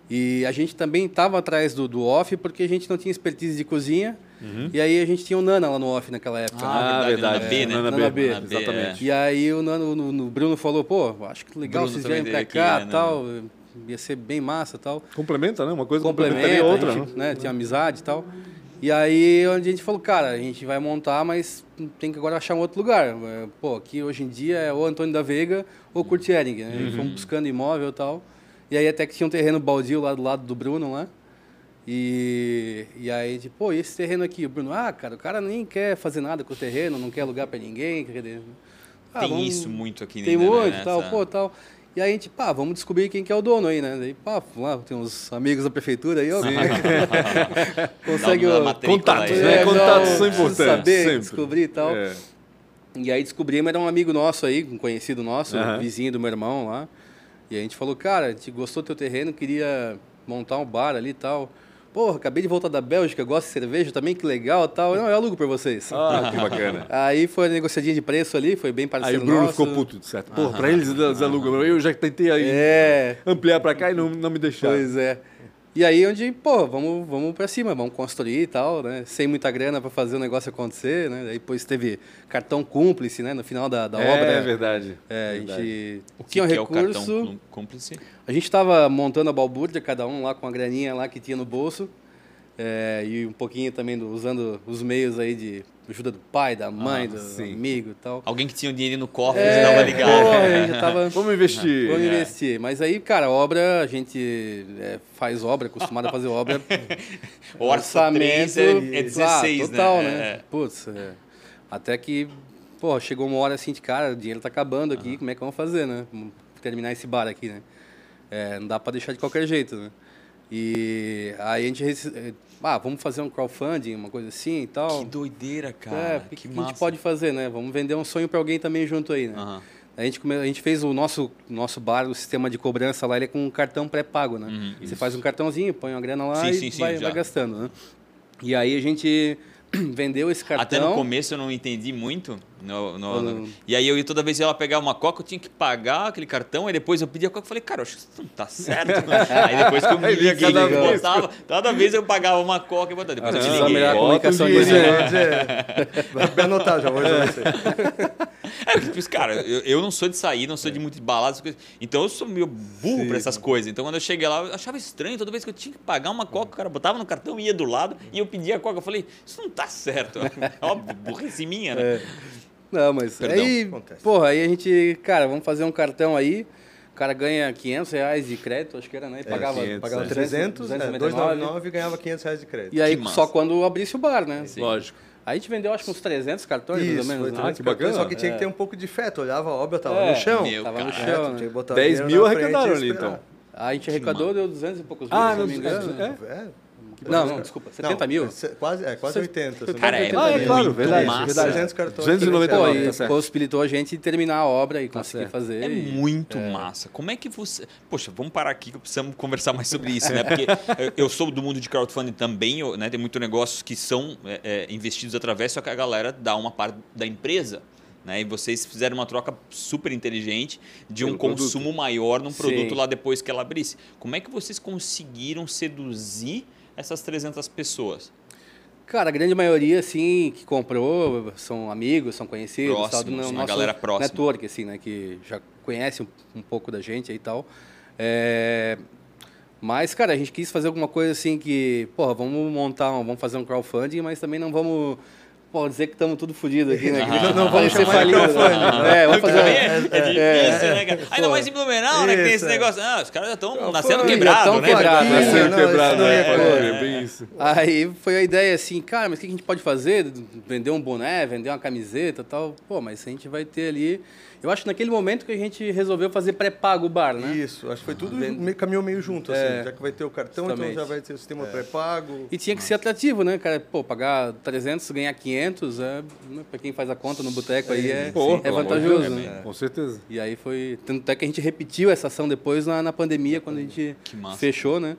Speaker 3: E a gente também estava atrás do, do off porque a gente não tinha expertise de cozinha. E aí a gente tinha o Nana lá no off naquela época. né?
Speaker 1: Uhum. Ah, é. verdade.
Speaker 2: é verdade, Nana
Speaker 1: Nana
Speaker 3: B,
Speaker 1: B,
Speaker 3: né? Nana
Speaker 2: é B,
Speaker 1: Exatamente.
Speaker 3: E aí o, Nano, o, o Bruno falou, pô, acho que legal
Speaker 2: Bruno
Speaker 3: vocês
Speaker 2: também
Speaker 3: vierem pra
Speaker 2: veio aqui,
Speaker 3: cá
Speaker 2: né,
Speaker 3: tal. Ia ser bem massa tal
Speaker 1: Complementa, né? Uma coisa complementaria
Speaker 3: complementa,
Speaker 1: a outra.
Speaker 3: a gente,
Speaker 1: né?
Speaker 3: né, tinha amizade e tal. E aí a gente falou, cara, a gente vai montar, mas tem que agora achar um outro lugar. É, Pô, aqui hoje em dia é ou Antônio da Veiga
Speaker 1: Uhum.
Speaker 3: ou Kurt Ehring, né? E Fomos buscando imóvel e tal. E aí até que tinha um terreno baldio lá do lado do Bruno, lá. E, e aí, tipo, pô, e esse terreno aqui? O Bruno, ah, cara, o cara nem quer fazer nada com o terreno, não quer alugar pra ninguém, quer dizer... ah,
Speaker 2: Tem
Speaker 3: vamos-
Speaker 2: isso muito aqui
Speaker 3: tem
Speaker 2: né,
Speaker 3: muito
Speaker 2: nessa-
Speaker 3: tal, pô, tal. E aí a gente, pá, vamos descobrir quem que é o dono aí, né? Daí, pá, vamos lá, tem uns amigos da prefeitura aí, ó. Consegue
Speaker 2: Dá uma
Speaker 3: o-
Speaker 2: matrícula
Speaker 1: Contatos,
Speaker 2: aí.
Speaker 1: né?
Speaker 3: É,
Speaker 1: Contatos
Speaker 3: não,
Speaker 1: são importantes.
Speaker 3: saber,
Speaker 1: sempre.
Speaker 3: descobrir e tal.
Speaker 1: É.
Speaker 3: E aí descobrimos, era um amigo nosso aí, um conhecido nosso,
Speaker 1: Aham.
Speaker 3: vizinho do meu irmão lá. E a gente falou, cara, a gente gostou do teu terreno, queria montar um bar ali e tal. Porra, acabei de voltar da Bélgica, gosto de cerveja também, que legal e tal. Não, eu alugo pra vocês.
Speaker 1: Ah, que bacana.
Speaker 3: Aí foi a negociadinha de preço ali, foi bem
Speaker 1: Aí
Speaker 3: parecido
Speaker 1: o Bruno
Speaker 3: nosso. Ah.
Speaker 1: ficou puto, de certo. Porra, pra eles eles alugam. Eu já tentei aí
Speaker 3: É,
Speaker 1: ampliar pra cá e não, não me deixaram.
Speaker 3: Pois é. E aí onde, pô, vamos, vamos pra cima, vamos construir e tal, né? Sem muita grana pra fazer o negócio acontecer, né? Aí depois teve cartão cúmplice, né? No final da, da
Speaker 1: é,
Speaker 3: obra.
Speaker 1: É verdade.
Speaker 3: É, a
Speaker 1: Verdade.
Speaker 3: gente
Speaker 2: O que,
Speaker 3: tinha um
Speaker 2: que é o
Speaker 3: recurso.
Speaker 2: cartão cúmplice?
Speaker 3: a gente tava montando a balbúrdia, cada um lá com a graninha lá que tinha no bolso. é, e um pouquinho também do- usando os meios aí de ajuda do pai, da
Speaker 2: Ah,
Speaker 3: mãe, do
Speaker 1: sim.
Speaker 3: amigo e tal.
Speaker 2: Alguém que tinha o dinheiro no cofre
Speaker 3: É,
Speaker 2: e tava
Speaker 3: Porra, a
Speaker 2: ligado.
Speaker 3: gente já tava...
Speaker 1: Vamos investir.
Speaker 2: É.
Speaker 3: Vamos investir. Mas aí, cara, obra, a gente é, faz obra, acostumado a fazer obra.
Speaker 2: O orçamento três é, é 16,
Speaker 3: ah, total,
Speaker 2: né?
Speaker 3: né? Putz, é. até que, pô, chegou uma hora assim de cara, o dinheiro tá acabando aqui, como é que vamos fazer, né? Vamos terminar esse bar aqui, né? É, não dá pra deixar de qualquer jeito, né? E aí a gente, rece- eh, ah, vamos fazer um crowdfunding, uma coisa assim e
Speaker 2: É. Que
Speaker 3: tal.
Speaker 2: doideira, cara.
Speaker 3: é, o
Speaker 2: que,
Speaker 3: que, que a
Speaker 2: massa.
Speaker 3: gente pode fazer, né? Vamos vender um sonho pra alguém também junto aí, né?
Speaker 2: Aham.
Speaker 3: A gente, come- a gente fez o nosso, nosso bar, o sistema de cobrança lá, ele é com um cartão pré-pago, né? Você faz um cartãozinho, põe uma grana lá
Speaker 2: Uhum, Sim,
Speaker 3: e
Speaker 2: sim, sim,
Speaker 3: vai,
Speaker 2: já.
Speaker 3: vai gastando, né? E aí a gente vendeu esse cartão.
Speaker 2: Até no começo eu não entendi muito. No, no-
Speaker 3: Eu-
Speaker 1: Hum.
Speaker 2: no- E aí eu ia toda vez ela pegar uma coca, eu tinha que pagar aquele cartão, aí depois eu pedia a coca e falei, cara, eu acho que isso não tá certo. aí depois que eu me
Speaker 1: Ele ia
Speaker 2: liguei,
Speaker 1: cada
Speaker 2: que eu
Speaker 1: vez.
Speaker 2: botava, toda vez eu pagava uma coca e botava. Depois eu te
Speaker 3: Precisa
Speaker 1: Ah,
Speaker 2: liguei.
Speaker 3: melhorar a
Speaker 1: bota um
Speaker 3: comunicação de
Speaker 1: Pois
Speaker 5: Pois
Speaker 1: dinheirinho.
Speaker 3: vocês.
Speaker 1: é.
Speaker 5: é, pois é. Vai- Vai anotar, já vou resolver isso aí.
Speaker 2: É, eu fiz, cara, eu, eu não sou de sair, não sou
Speaker 1: É.
Speaker 2: de muito de balada, essas coisas. então eu sou meio burro pra essas coisas. Então quando eu cheguei lá, eu achava estranho, toda vez que eu tinha que pagar uma coca, o cara botava no cartão, ia do lado e eu pedia a coca. Eu falei, isso não tá certo. Óbvio, burrice minha,
Speaker 1: É.
Speaker 2: né?
Speaker 3: Não, mas
Speaker 2: Perdão,
Speaker 3: aí,
Speaker 5: acontece.
Speaker 3: porra, aí a gente, cara, vamos fazer um cartão aí. O cara ganha 500 reais de crédito, acho que era, né? E pagava,
Speaker 1: 500,
Speaker 3: pagava né?
Speaker 1: é.
Speaker 5: 300, é,
Speaker 3: 299.
Speaker 5: 299 e ganhava 500 reais de crédito.
Speaker 3: E aí
Speaker 2: Que massa.
Speaker 3: só quando abrisse o bar, né?
Speaker 1: Lógico.
Speaker 3: Aí a gente vendeu acho que uns 300 cartões, mais
Speaker 5: Isso,
Speaker 3: ou menos.
Speaker 5: foi
Speaker 3: né?
Speaker 1: Ah, que
Speaker 5: 300 cartões,
Speaker 1: bacana.
Speaker 5: Só que tinha que ter um pouco de feto. Olhava a obra, tava
Speaker 3: É,
Speaker 5: no chão.
Speaker 2: meu,
Speaker 3: Tava no
Speaker 2: cara.
Speaker 5: É, tu
Speaker 3: chão,
Speaker 5: tinha
Speaker 3: né?
Speaker 5: que botar
Speaker 1: 10
Speaker 5: dinheiro
Speaker 1: mil
Speaker 5: na frente e
Speaker 1: arrecadaram ali,
Speaker 5: esperar.
Speaker 1: então.
Speaker 3: A gente arrecadou, deu 200 e poucos mil,
Speaker 1: Ah,
Speaker 3: se
Speaker 1: não,
Speaker 3: não me engano.
Speaker 1: é?
Speaker 5: É?
Speaker 3: Não, não, desculpa, 70 mil.
Speaker 5: se- Quase, é, quase
Speaker 3: Se-
Speaker 5: 80. se não
Speaker 2: Cara,
Speaker 5: me
Speaker 2: é,
Speaker 5: engano.
Speaker 1: Ah, é
Speaker 2: muito
Speaker 1: claro, verdade,
Speaker 2: massa.
Speaker 1: verdade.
Speaker 5: 200 cartões.
Speaker 1: 299.
Speaker 3: Pô,
Speaker 1: Tá
Speaker 3: e
Speaker 1: certo.
Speaker 3: possibilitou a gente terminar a obra e conseguir
Speaker 1: certo.
Speaker 3: fazer.
Speaker 2: É
Speaker 3: e-
Speaker 2: muito massa. Como é que você. Poxa, vamos parar aqui que precisamos conversar mais sobre isso, né? Porque eu- eu sou do mundo de crowdfunding também, eu, né? Tem muitos negócios que são é, é, investidos através, só que a galera dá uma parte da empresa. Né? E vocês fizeram uma troca super inteligente de um
Speaker 1: Pelo produto.
Speaker 2: consumo maior num produto
Speaker 3: Sim.
Speaker 2: lá depois que ela abrisse. Como é que vocês conseguiram seduzir essas 300 pessoas?
Speaker 3: Cara, a grande maioria, assim, que comprou, são amigos, são conhecidos.
Speaker 2: Próximos,
Speaker 3: tal, do
Speaker 2: uma
Speaker 3: nosso
Speaker 2: galera próxima.
Speaker 3: Network, assim, né? Que já conhece um, um pouco da gente aí e tal. É, Mas, cara, a gente quis fazer alguma coisa assim que, porra, vamos montar, um, vamos fazer um crowdfunding, mas também não vamos... Pô, dizer que estamos tudo fodido aqui, né?
Speaker 2: Ah.
Speaker 3: Que
Speaker 5: Não, não vamos
Speaker 3: parecer
Speaker 5: chamar de
Speaker 2: um
Speaker 3: falido, né?
Speaker 5: crowdfunding,
Speaker 3: É, vamos fazer...
Speaker 2: Também é, é difícil, né, cara? Ainda
Speaker 3: Pô.
Speaker 2: mais em Blumenau, né? Que tem
Speaker 5: Isso,
Speaker 2: esse
Speaker 5: é.
Speaker 2: negócio. Ah, os caras já estão
Speaker 5: Crowdfunding,
Speaker 2: nascendo
Speaker 5: já
Speaker 2: quebrados,
Speaker 3: é tão
Speaker 2: né?
Speaker 3: quebrado,
Speaker 1: Vai
Speaker 3: né?
Speaker 1: ser
Speaker 5: não,
Speaker 1: é quebrado,
Speaker 5: isso não
Speaker 1: né?
Speaker 5: é-
Speaker 1: Pode crer,
Speaker 5: é.
Speaker 1: bem isso.
Speaker 3: Aí foi a ideia assim, cara, mas o que a gente pode fazer? Vender um boné, vender uma camiseta e tal. Pô, mas a gente vai ter ali. Eu acho que naquele momento que a gente resolveu fazer pré-pago o bar, né?
Speaker 5: Isso, acho que foi tudo meio, caminhou meio junto, assim. Já que vai ter o cartão,
Speaker 3: Justamente.
Speaker 5: então já vai ter o sistema pré-pago.
Speaker 3: É, E tinha que ser atrativo, né, cara? Pô, pagar 300, ganhar 500, é, né, pra quem faz a conta no boteco aí é,
Speaker 1: Pô,
Speaker 3: é
Speaker 1: pelo amor de Deus,
Speaker 3: vantajoso, né?
Speaker 1: né? Com certeza.
Speaker 3: E aí foi. Tanto é que a gente repetiu essa ação depois na, na pandemia, quando a gente
Speaker 2: Que massa.
Speaker 3: fechou, né?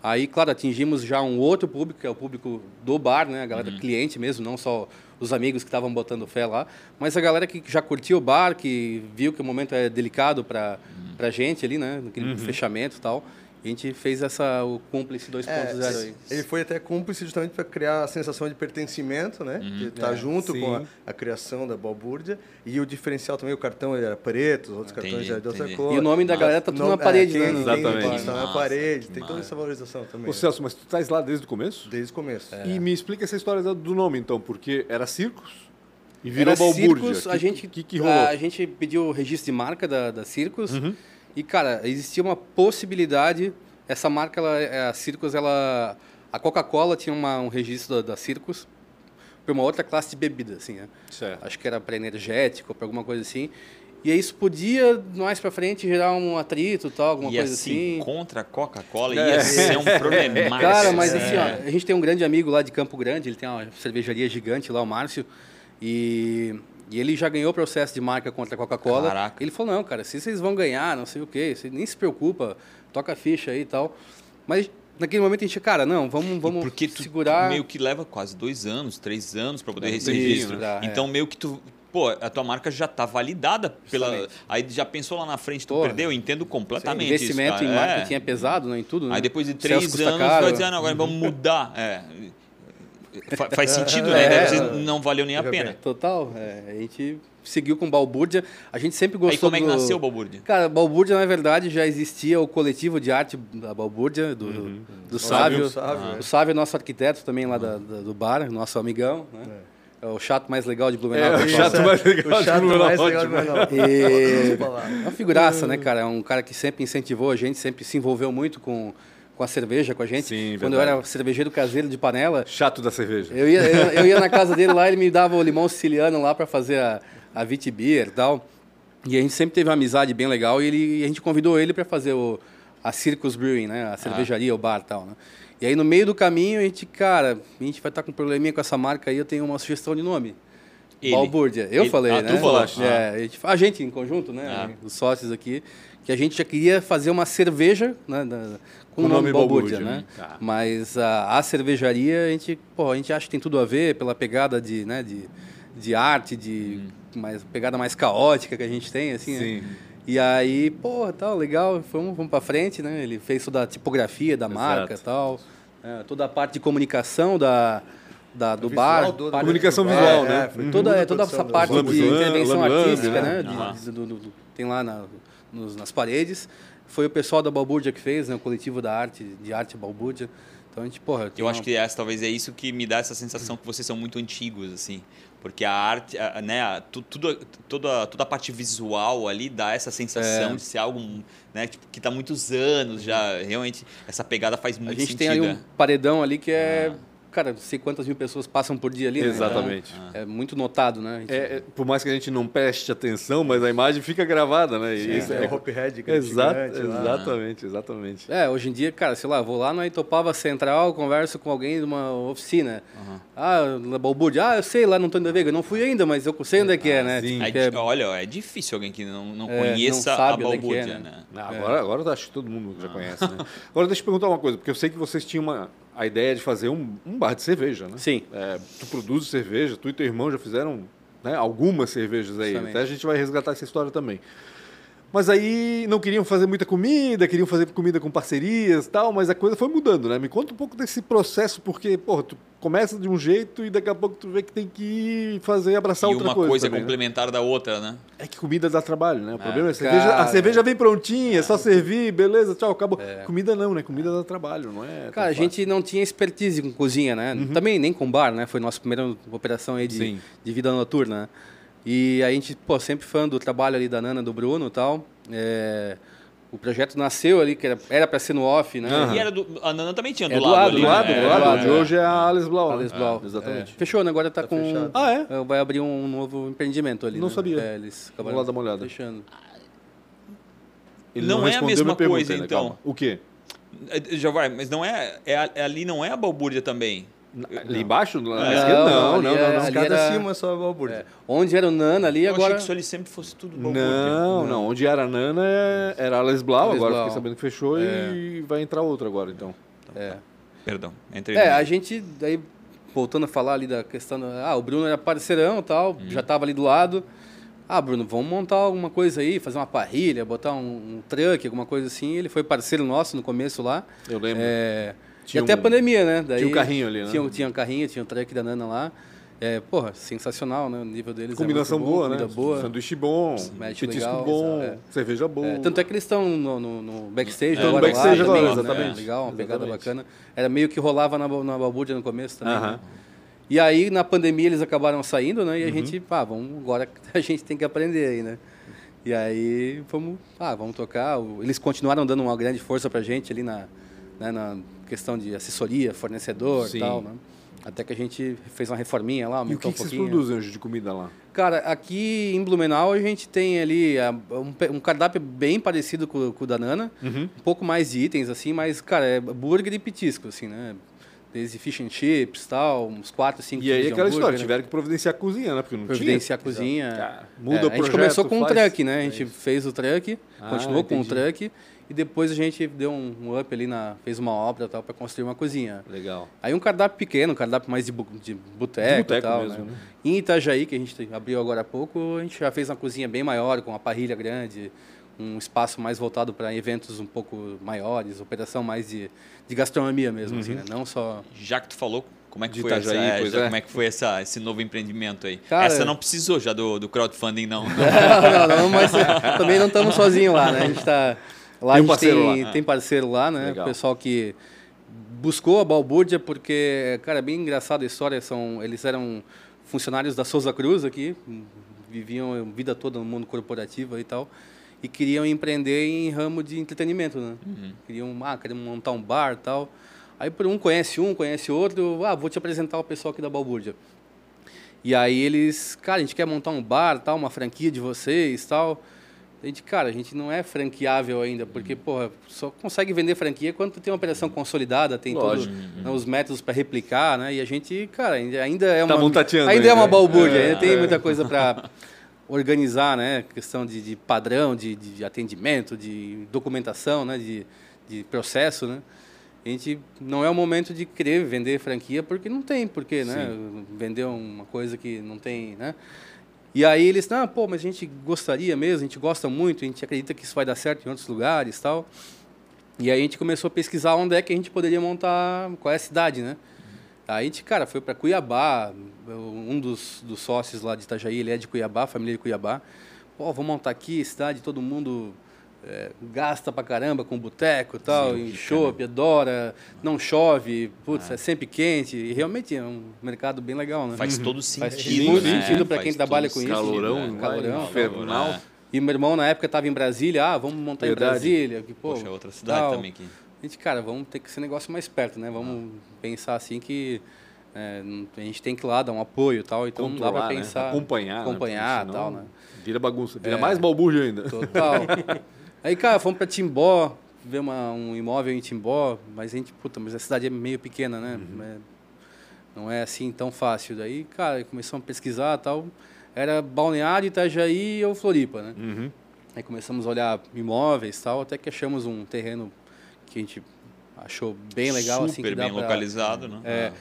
Speaker 3: Aí, claro, atingimos já um outro público, que é o público do bar, né? A galera
Speaker 2: Uhum.
Speaker 3: cliente mesmo, não só os amigos que estavam botando fé lá, mas a galera que já curtiu o
Speaker 2: Uhum.
Speaker 3: bar, que viu que o momento é delicado para pra gente ali, né? Naquele fechamento e tal. A gente fez essa, o Cúmplice 2.0
Speaker 5: É,
Speaker 3: aí.
Speaker 5: ele foi até cúmplice justamente para criar a sensação de pertencimento, né? Que tá
Speaker 3: É,
Speaker 5: junto
Speaker 1: sim.
Speaker 5: com a, a criação da balbúrdia. E o diferencial também, o cartão ele era preto, os outros
Speaker 2: Entendi,
Speaker 5: cartões eram de outra
Speaker 2: entendi.
Speaker 5: cor.
Speaker 3: E o nome da
Speaker 5: Mas
Speaker 3: galera tá tudo
Speaker 5: não-
Speaker 3: na parede,
Speaker 5: é,
Speaker 3: né?
Speaker 5: tem-
Speaker 3: no-
Speaker 5: tem
Speaker 1: Exatamente.
Speaker 5: isso, Tá na
Speaker 2: Massa,
Speaker 5: parede, tem
Speaker 2: massa.
Speaker 5: toda essa valorização também. né?
Speaker 1: Ô Celso, mas tu estás lá desde o começo?
Speaker 5: Desde o começo.
Speaker 3: É.
Speaker 1: E me explica essa história da- do nome, então, porque era circos e virou
Speaker 3: Era
Speaker 1: balbúrdia.
Speaker 3: Circus,
Speaker 1: Que-
Speaker 3: a gente,
Speaker 1: que, que rolou? Uhum.
Speaker 3: A gente pediu o registro de marca da, da Circus. E, cara, existia uma possibilidade. Essa marca, ela, é, a Circus, ela. A Coca-Cola tinha uma- um registro da, da Circus para uma outra classe de bebida, assim, né?
Speaker 1: Certo.
Speaker 3: Acho que era para energético, para alguma coisa assim. E aí isso podia, mais para frente, gerar um atrito e tal, alguma
Speaker 2: Ia
Speaker 3: coisa
Speaker 2: se
Speaker 3: assim.
Speaker 2: contra a Coca-Cola, ia ser um problemático.
Speaker 3: É. Cara, mas
Speaker 2: É.
Speaker 3: assim, ó, a gente tem um grande amigo lá de Campo Grande, ele tem uma cervejaria gigante lá, o Márcio, e, e ele já ganhou o processo de marca contra a Coca-Cola.
Speaker 2: Caraca.
Speaker 3: Ele falou, não, cara, se vocês vão ganhar, não sei o quê, você nem se preocupa, toca a ficha aí e tal. Mas naquele momento a gente, cara, não, vamos,
Speaker 2: E
Speaker 3: vamos
Speaker 2: porque tu
Speaker 3: segurar.
Speaker 2: meio que leva quase dois anos, três anos para poder
Speaker 3: É,
Speaker 2: receber
Speaker 3: isso,
Speaker 2: registro.
Speaker 3: dá, é.
Speaker 2: então meio que tu Pô, a tua marca já tá validada pela.
Speaker 3: Justamente.
Speaker 2: Aí já pensou lá na frente, tu
Speaker 3: Porra.
Speaker 2: perdeu? Eu entendo completamente. isso,
Speaker 3: investimento
Speaker 2: cara.
Speaker 3: em
Speaker 2: É.
Speaker 3: marketing é pesado, né? Em tudo, né?
Speaker 2: Aí depois de
Speaker 3: Celso
Speaker 2: três
Speaker 3: custa
Speaker 2: anos,
Speaker 3: caro.
Speaker 2: vai dizer, ah, não, agora vamos mudar. É. Fa- Faz sentido, né?
Speaker 3: É.
Speaker 2: Daí vocês Não valeu nem a
Speaker 5: Fica
Speaker 2: pena.
Speaker 5: bem.
Speaker 3: Total, é, a gente seguiu com Balbúrdia. A gente sempre
Speaker 2: Aí
Speaker 3: gostou
Speaker 2: como é que
Speaker 3: do-
Speaker 2: nasceu o Balbúrdia?
Speaker 3: Cara, Balbúrdia, na verdade, já existia o coletivo de arte da Balbúrdia, do,
Speaker 1: Uhum.
Speaker 3: do Sávio.
Speaker 5: Sávio, Sávio, é.
Speaker 3: O Sávio é nosso arquiteto também lá da- da- do bar, nosso amigão, né? É o chato mais legal de Blumenau.
Speaker 1: É, o
Speaker 3: que eu
Speaker 1: chato
Speaker 3: falo.
Speaker 1: mais legal de
Speaker 5: o
Speaker 1: né?
Speaker 5: chato
Speaker 1: Blumenau,
Speaker 5: mais legal de
Speaker 1: ótimo.
Speaker 5: Blumenau.
Speaker 3: E-
Speaker 5: Vamos falar.
Speaker 3: É uma figuraça, né, cara? É um cara que sempre incentivou a gente, sempre se envolveu muito com, com a cerveja, com a gente.
Speaker 1: Sim,
Speaker 3: Quando
Speaker 1: verdade.
Speaker 3: eu era cervejeiro caseiro de panela,
Speaker 1: Chato da cerveja.
Speaker 3: eu ia, eu, eu ia na casa dele lá, ele me dava o limão siciliano lá pra fazer a, a Vitibir e tal. E a gente sempre teve uma amizade bem legal e, ele, e a gente convidou ele pra fazer o, a Circus Brewing, né?
Speaker 2: Ah.
Speaker 3: A cervejaria, o bar e tal, né? E aí no meio do caminho a gente, cara, a gente vai estar com um probleminha com essa marca aí, eu tenho uma sugestão de nome.
Speaker 2: Ele.
Speaker 3: Balbúrdia. Eu
Speaker 2: Ele-
Speaker 3: falei,
Speaker 2: Ah,
Speaker 3: né?
Speaker 2: tu falaste.
Speaker 3: É, a gente, a gente em conjunto, né?
Speaker 2: Ah.
Speaker 3: Os sócios aqui, que a gente já queria fazer uma cerveja né, da- da- com o nome, Balbúrdia, né?
Speaker 1: Tá.
Speaker 3: Mas a, a cervejaria, a gente, pô, a gente acha que tem tudo a ver pela pegada de, né, de, de arte, de mais, pegada mais caótica que a gente tem, assim, né?
Speaker 1: Sim.
Speaker 3: E aí, pô, tal, legal, vamos, vamos pra frente, né? Ele fez toda a tipografia da
Speaker 1: Exato.
Speaker 3: marca tal, é, toda a parte de comunicação da, da, do
Speaker 5: O visual
Speaker 3: bar,
Speaker 5: todo,
Speaker 3: parte-
Speaker 1: Comunicação
Speaker 5: do
Speaker 3: é,
Speaker 5: bar,
Speaker 1: visual,
Speaker 3: é,
Speaker 1: né?
Speaker 5: foi
Speaker 3: foi toda,
Speaker 5: tudo
Speaker 3: é, toda
Speaker 5: produção
Speaker 3: essa
Speaker 5: do-
Speaker 3: parte
Speaker 1: Lambe
Speaker 3: de
Speaker 1: Lambe,
Speaker 3: intervenção
Speaker 1: Lambe Lambe,
Speaker 3: artística,
Speaker 1: né?
Speaker 3: né?
Speaker 2: Aham.
Speaker 3: de- do- do- do- tem lá na- nos- nas paredes. Foi o pessoal da Balbúrdia que fez, né? O coletivo da arte, de arte Balbúrdia. Então a gente, porra... tem
Speaker 2: Eu acho
Speaker 3: uma-
Speaker 2: que essa, talvez é isso que me dá essa sensação que vocês são muito antigos, assim. Porque a arte, a- né, a- tu- tudo, toda, toda a parte visual ali dá essa sensação
Speaker 3: É.
Speaker 2: de ser algo né, tipo, que tá há muitos anos já. Realmente, essa pegada faz
Speaker 3: A
Speaker 2: muito
Speaker 3: gente
Speaker 2: sentido. Ah.
Speaker 3: tem ali um
Speaker 2: né?
Speaker 3: paredão ali que é... Cara, não sei quantas mil pessoas passam por dia ali, né? Então,
Speaker 1: Exatamente.
Speaker 2: Ah.
Speaker 3: é muito notado, né? A gente-
Speaker 1: É, é, por mais que a gente não preste atenção, mas a imagem fica gravada, né? E isso
Speaker 5: Isso,
Speaker 1: é-
Speaker 5: é o Hope Head, que é
Speaker 1: Exato,
Speaker 3: né?
Speaker 5: gigante lá.
Speaker 1: exatamente, exatamente.
Speaker 3: É, hoje em dia, cara, sei lá, vou lá na Itopava Central, converso com alguém de uma oficina. Ah, na Balbúrdia, ah, eu sei lá no Antônio da Veiga, não fui ainda, mas eu sei onde é que é, né?
Speaker 1: Ah, sim.
Speaker 3: Tipo,
Speaker 2: É
Speaker 3: que é-
Speaker 2: di- Olha, é difícil alguém que não, não
Speaker 3: É,
Speaker 2: conheça
Speaker 3: não
Speaker 2: a
Speaker 3: sabe onde é que
Speaker 2: balbúrdia,
Speaker 3: é, Ah. né?
Speaker 2: né?
Speaker 1: Ah, Agora, agora eu acho que todo mundo já conhece, né? Agora deixa eu te perguntar uma coisa, porque eu sei que vocês tinham uma, a ideia de fazer um, um bar de cerveja, né?
Speaker 3: Sim.
Speaker 1: É, tu produz cerveja, tu e teu irmão já fizeram né, algumas cervejas aí.
Speaker 3: Justamente.
Speaker 1: Até a gente vai resgatar essa história também. Mas aí não queriam fazer muita comida, queriam fazer comida com parcerias e tal, mas a coisa foi mudando, né? Me conta um pouco desse processo, porque, porra, tu começa de um jeito e daqui a pouco tu vê que tem que ir fazer, abraçar
Speaker 2: E
Speaker 1: outra
Speaker 2: uma
Speaker 1: coisa.
Speaker 2: coisa
Speaker 1: também, né?
Speaker 2: complementar da outra, né?
Speaker 1: É que comida dá trabalho, né? O problema é a cerveja. a
Speaker 3: cara.
Speaker 1: cerveja vem prontinha, é só servir, beleza, tchau, acabou. Comida não, né? Comida dá trabalho, não é?
Speaker 3: Cara, a gente não tinha expertise com cozinha, né? Também nem com bar, né? Foi nossa primeira operação aí de,
Speaker 1: Uhum. Sim.
Speaker 3: de vida noturna, né? E a gente, pô, sempre fã do trabalho ali da Nana, do Bruno e tal. É, O projeto nasceu ali, que era- era pra ser no off, né?
Speaker 1: Aham.
Speaker 2: E era do, a Nana também tinha do
Speaker 3: É do
Speaker 2: lado
Speaker 3: lado,
Speaker 2: ali,
Speaker 1: Do
Speaker 2: né?
Speaker 1: lado,
Speaker 2: É,
Speaker 1: do lado.
Speaker 3: do
Speaker 1: A
Speaker 3: lado,
Speaker 1: de
Speaker 3: é.
Speaker 1: hoje é a Alice Blau. né?
Speaker 3: Alex Blau.
Speaker 1: É, exatamente.
Speaker 3: É. Fechou, né? Agora tá, com.
Speaker 5: fechado.
Speaker 1: Ah, é?
Speaker 3: É, Vai abrir um novo empreendimento ali.
Speaker 1: Não
Speaker 3: né?
Speaker 1: sabia.
Speaker 3: É, eles acabaram
Speaker 1: Vamos lá dar uma olhada.
Speaker 3: Fechando.
Speaker 1: Ele
Speaker 2: Não é a
Speaker 1: respondeu
Speaker 2: mesma
Speaker 1: minha pergunta
Speaker 2: coisa,
Speaker 1: ainda,
Speaker 2: então.
Speaker 1: calma. O quê?
Speaker 2: É, Já vai, mas não é, é a- ali não é a balbúrdia também.
Speaker 1: Ali embaixo? Não,
Speaker 3: Não,
Speaker 1: não, não,
Speaker 3: ali
Speaker 1: não.
Speaker 3: é-
Speaker 1: Não,
Speaker 3: ali
Speaker 5: Escada
Speaker 3: era-
Speaker 5: acima é só a balbúrdia.
Speaker 3: É, Onde era o Nana ali,
Speaker 2: Eu achei
Speaker 3: agora.
Speaker 2: que isso ali sempre fosse tudo
Speaker 1: não,
Speaker 2: balbúrdia.
Speaker 1: não, Onde era a Nana é- era a Alice Blau,
Speaker 3: Alice
Speaker 1: agora
Speaker 3: Blau.
Speaker 1: fiquei sabendo que fechou e vai entrar outra agora, então.
Speaker 3: É.
Speaker 2: Perdão, entrei.
Speaker 3: É, a gente, daí,
Speaker 1: Uhum.
Speaker 3: voltando a falar ali da questão. da- ah, o Bruno era parceirão e tal, já tava ali do lado. Ah, Bruno, vamos montar alguma coisa aí, fazer uma parrilha, botar um, um truck, alguma coisa assim. Ele foi parceiro nosso no começo lá.
Speaker 1: Eu lembro.
Speaker 3: É,
Speaker 1: Tinha
Speaker 3: e até
Speaker 1: um-
Speaker 3: a pandemia, né? Daí,
Speaker 1: tinha um carrinho ali, né?
Speaker 3: Tinha, tinha um carrinho, tinha um truck da Nana lá. É, porra, sensacional, né? O nível deles
Speaker 1: Combinação
Speaker 3: é muito bom,
Speaker 1: boa, né?
Speaker 3: comida boa.
Speaker 1: Sanduíche bom,
Speaker 3: Match
Speaker 1: petisco
Speaker 3: legal,
Speaker 1: bom,
Speaker 3: exato,
Speaker 1: cerveja boa.
Speaker 3: É, tanto é que eles estão no, no- no backstage
Speaker 1: É,
Speaker 3: agora
Speaker 1: no backstage
Speaker 3: lá,
Speaker 1: agora,
Speaker 3: também, né?
Speaker 1: exatamente.
Speaker 3: Legal, uma pegada
Speaker 1: Exatamente.
Speaker 3: bacana. Era meio que rolava na, ba- na balbúrdia no começo também.
Speaker 1: Aham. Uhum.
Speaker 3: né? E aí, na pandemia, eles acabaram saindo, né? E a gente, pá, vamos, agora a gente tem que aprender aí, né? E aí, vamos, ah, vamos tocar. O- Eles continuaram dando uma grande força pra gente ali na, né, na questão de assessoria, fornecedor
Speaker 1: Sim.
Speaker 3: e tal, né? Até que a gente fez uma reforminha
Speaker 1: E
Speaker 3: lá,
Speaker 1: o
Speaker 3: aumentou
Speaker 1: que,
Speaker 3: um
Speaker 1: que vocês
Speaker 3: pouquinho.
Speaker 1: produzem hoje de comida lá?
Speaker 3: Cara, aqui em Blumenau a gente tem ali ah, um, pe- um cardápio bem parecido com, com o da Nana.
Speaker 1: Uhum.
Speaker 3: Um pouco mais de itens, assim, mas, cara, é burger e petisco, assim, né? Desde fish and chips tal, uns 4, 5
Speaker 1: E aí é aquela história, tiveram que providenciar a cozinha, né? Porque não
Speaker 3: Providenciar a
Speaker 1: tinha.
Speaker 3: cozinha. É,
Speaker 1: Cara, muda o
Speaker 3: a gente
Speaker 1: projeto,
Speaker 3: começou com um
Speaker 1: faz- é
Speaker 3: truck, né? A gente fez o truck,
Speaker 1: Ah,
Speaker 3: continuou com o
Speaker 1: entendi.
Speaker 3: truck e depois a gente deu um, um up ali na fez uma obra tal para construir uma cozinha.
Speaker 1: Legal.
Speaker 3: Aí um cardápio pequeno, um cardápio mais de, bu- de boteco
Speaker 1: De
Speaker 3: e
Speaker 1: boteco
Speaker 3: tal,
Speaker 1: mesmo,
Speaker 3: né?
Speaker 1: né?
Speaker 3: Em Itajaí, que a gente abriu agora há pouco, a gente já fez uma cozinha bem maior, com uma parrilha grande, um espaço mais voltado para eventos um pouco maiores, operação mais de, de gastronomia mesmo,
Speaker 1: Uhum.
Speaker 3: assim, né? Não só...
Speaker 2: Já que tu falou, como é que
Speaker 1: De
Speaker 2: foi,
Speaker 3: tá
Speaker 1: Itajaí,
Speaker 2: essa,
Speaker 1: pois
Speaker 2: já-
Speaker 1: é.
Speaker 2: como é que foi essa, esse novo empreendimento aí?
Speaker 3: Cara- é.
Speaker 2: essa não precisou já do, do crowdfunding, não.
Speaker 3: não, não, não, mas é, também não estamos sozinhos lá, né? A gente está... Lá
Speaker 1: Tem
Speaker 3: a gente
Speaker 1: parceiro
Speaker 3: tem,
Speaker 1: lá.
Speaker 3: tem parceiro lá, né?
Speaker 1: Legal.
Speaker 3: O pessoal que buscou a balbúrdia porque, cara, é bem engraçada a história. São, eles eram funcionários da Souza Cruz aqui, viviam a vida toda no mundo corporativo e tal, e queriam empreender em ramo de entretenimento, né?
Speaker 1: Uhum.
Speaker 3: Queriam, ah, queriam montar um bar e tal. Aí por um conhece um, conhece outro, ah, vou te apresentar o pessoal aqui da balbúrdia. E aí eles, cara, a gente quer montar um bar, tal, uma franquia de vocês, tal. A gente, cara, a gente não é franqueável ainda,
Speaker 1: Uhum.
Speaker 3: porque, porra, só consegue vender franquia quando tu tem uma operação consolidada, tem todos
Speaker 1: Lógico.
Speaker 3: os métodos para replicar, né? E a gente, cara, ainda ainda é
Speaker 1: Tá
Speaker 3: uma
Speaker 1: montateando
Speaker 3: ainda,
Speaker 1: ainda,
Speaker 3: é uma
Speaker 1: né?
Speaker 3: balbúrdia,
Speaker 1: É,
Speaker 3: ainda tem
Speaker 1: é.
Speaker 3: muita coisa para organizar, né? Questão de, de padrão, de, de atendimento, de documentação, né? De, de processo, né? A gente não é o momento de querer vender franquia porque não tem porque, né? Vender uma coisa que não tem, né? E aí eles, não, pô, mas a gente gostaria mesmo, a gente gosta muito, a gente acredita que isso vai dar certo em outros lugares, tal. E aí a gente começou a pesquisar onde é que a gente poderia montar, qual é a cidade, né? Aí a gente, cara, foi para Cuiabá, um dos, dos sócios lá de Itajaí, ele é de Cuiabá, família de Cuiabá. Pô, vamos montar aqui, cidade, todo mundo é, gasta pra caramba com boteco e tal, e chope, adora, não chove, putz, é sempre quente. E realmente é um mercado bem legal, né?
Speaker 2: Faz todo
Speaker 3: Faz
Speaker 2: sentido.
Speaker 1: muito
Speaker 2: né?
Speaker 3: sentido pra quem
Speaker 2: Faz
Speaker 3: trabalha
Speaker 2: todo
Speaker 3: com isso,
Speaker 1: Calorão,
Speaker 2: né? É.
Speaker 1: vai,
Speaker 3: Calorão,
Speaker 1: infernal.
Speaker 2: calorão,
Speaker 3: E meu irmão na época estava em Brasília, ah, vamos montar
Speaker 1: Verdade.
Speaker 3: em Brasília. Que, pô,
Speaker 2: Poxa, é outra cidade
Speaker 3: tal.
Speaker 2: também que.
Speaker 3: A gente, cara, vamos ter que ser negócio mais perto, né? Vamos
Speaker 1: Ah.
Speaker 3: pensar assim que é, não- a gente tem que ir lá dar um apoio e tal, então não dá
Speaker 1: Controlar,
Speaker 3: pra
Speaker 1: né?
Speaker 3: pensar.
Speaker 1: Acompanhar. né?
Speaker 3: Acompanhar e
Speaker 1: Porque
Speaker 3: tal,
Speaker 1: senão
Speaker 3: né? É.
Speaker 1: Vira bagunça, vira mais balbúrdio ainda.
Speaker 3: Total. Aí, cara, fomos pra Timbó, ver uma, um imóvel em Timbó, mas a gente, puta, mas a cidade é meio pequena, né?
Speaker 2: Uhum.
Speaker 3: É, não é assim tão fácil. Daí, cara, começamos a pesquisar e tal. Era Balneário, Itajaí ou Floripa, né?
Speaker 1: Uhum.
Speaker 3: Aí começamos a olhar imóveis e tal, até que achamos um terreno que a gente achou bem legal,
Speaker 2: Super
Speaker 3: assim, que dá
Speaker 2: bem
Speaker 3: pra-
Speaker 2: localizado, né?
Speaker 3: É,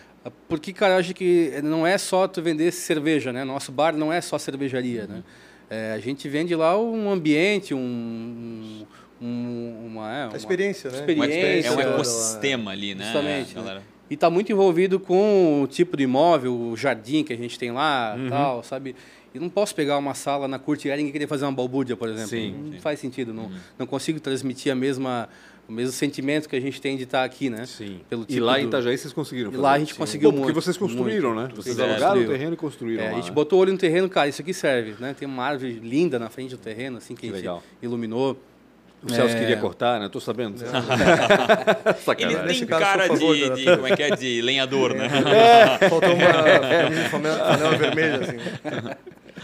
Speaker 3: porque, cara, eu acho que não é só tu vender cerveja, né? Nosso bar não é só cervejaria, né? É, a gente vende lá um ambiente, um... um- uma, é,
Speaker 5: A
Speaker 3: uma-
Speaker 5: experiência, né?
Speaker 2: Uma experiência,
Speaker 3: experiência,
Speaker 2: é um
Speaker 3: né?
Speaker 2: ecossistema ali, né?
Speaker 3: Justamente, né?
Speaker 2: galera?
Speaker 3: E tá muito envolvido com o tipo do imóvel, o jardim que a gente tem lá,
Speaker 1: Uhum.
Speaker 3: tal, sabe? Eu não posso pegar uma sala na Kurt Ehring e querer fazer uma balbúrdia, por exemplo.
Speaker 1: Sim, Uhum.
Speaker 3: não faz sentido, não, não consigo transmitir a mesma o mesmo sentimento que a a gente tem de estar aqui, né?
Speaker 1: Sim.
Speaker 3: Pelo
Speaker 1: e
Speaker 3: tipo
Speaker 1: lá em
Speaker 3: do-
Speaker 1: Itajaí vocês conseguiram.
Speaker 3: E
Speaker 1: fazer?
Speaker 3: lá a gente
Speaker 1: Sim.
Speaker 3: conseguiu
Speaker 1: Bom, Porque
Speaker 3: muito,
Speaker 1: vocês construíram,
Speaker 3: muito.
Speaker 1: né? Vocês
Speaker 3: Sim,
Speaker 1: alugaram o
Speaker 3: construiu.
Speaker 1: terreno e construíram.
Speaker 3: É,
Speaker 1: lá,
Speaker 3: a gente
Speaker 1: né?
Speaker 3: botou o olho no terreno, cara, isso aqui serve, né? Tem uma árvore linda na frente do terreno, assim, que,
Speaker 1: Que
Speaker 3: a gente
Speaker 1: legal.
Speaker 3: iluminou.
Speaker 1: O Celso queria cortar, né? Tô sabendo.
Speaker 2: Ele
Speaker 1: É. Sacanagem.
Speaker 2: tem
Speaker 5: Nesse caso,
Speaker 2: cara
Speaker 5: por favor,
Speaker 2: de, de-
Speaker 5: Donato.
Speaker 2: como é que é, de lenhador, né?
Speaker 1: É.
Speaker 5: Faltou uma uma fame- panela vermelha, assim.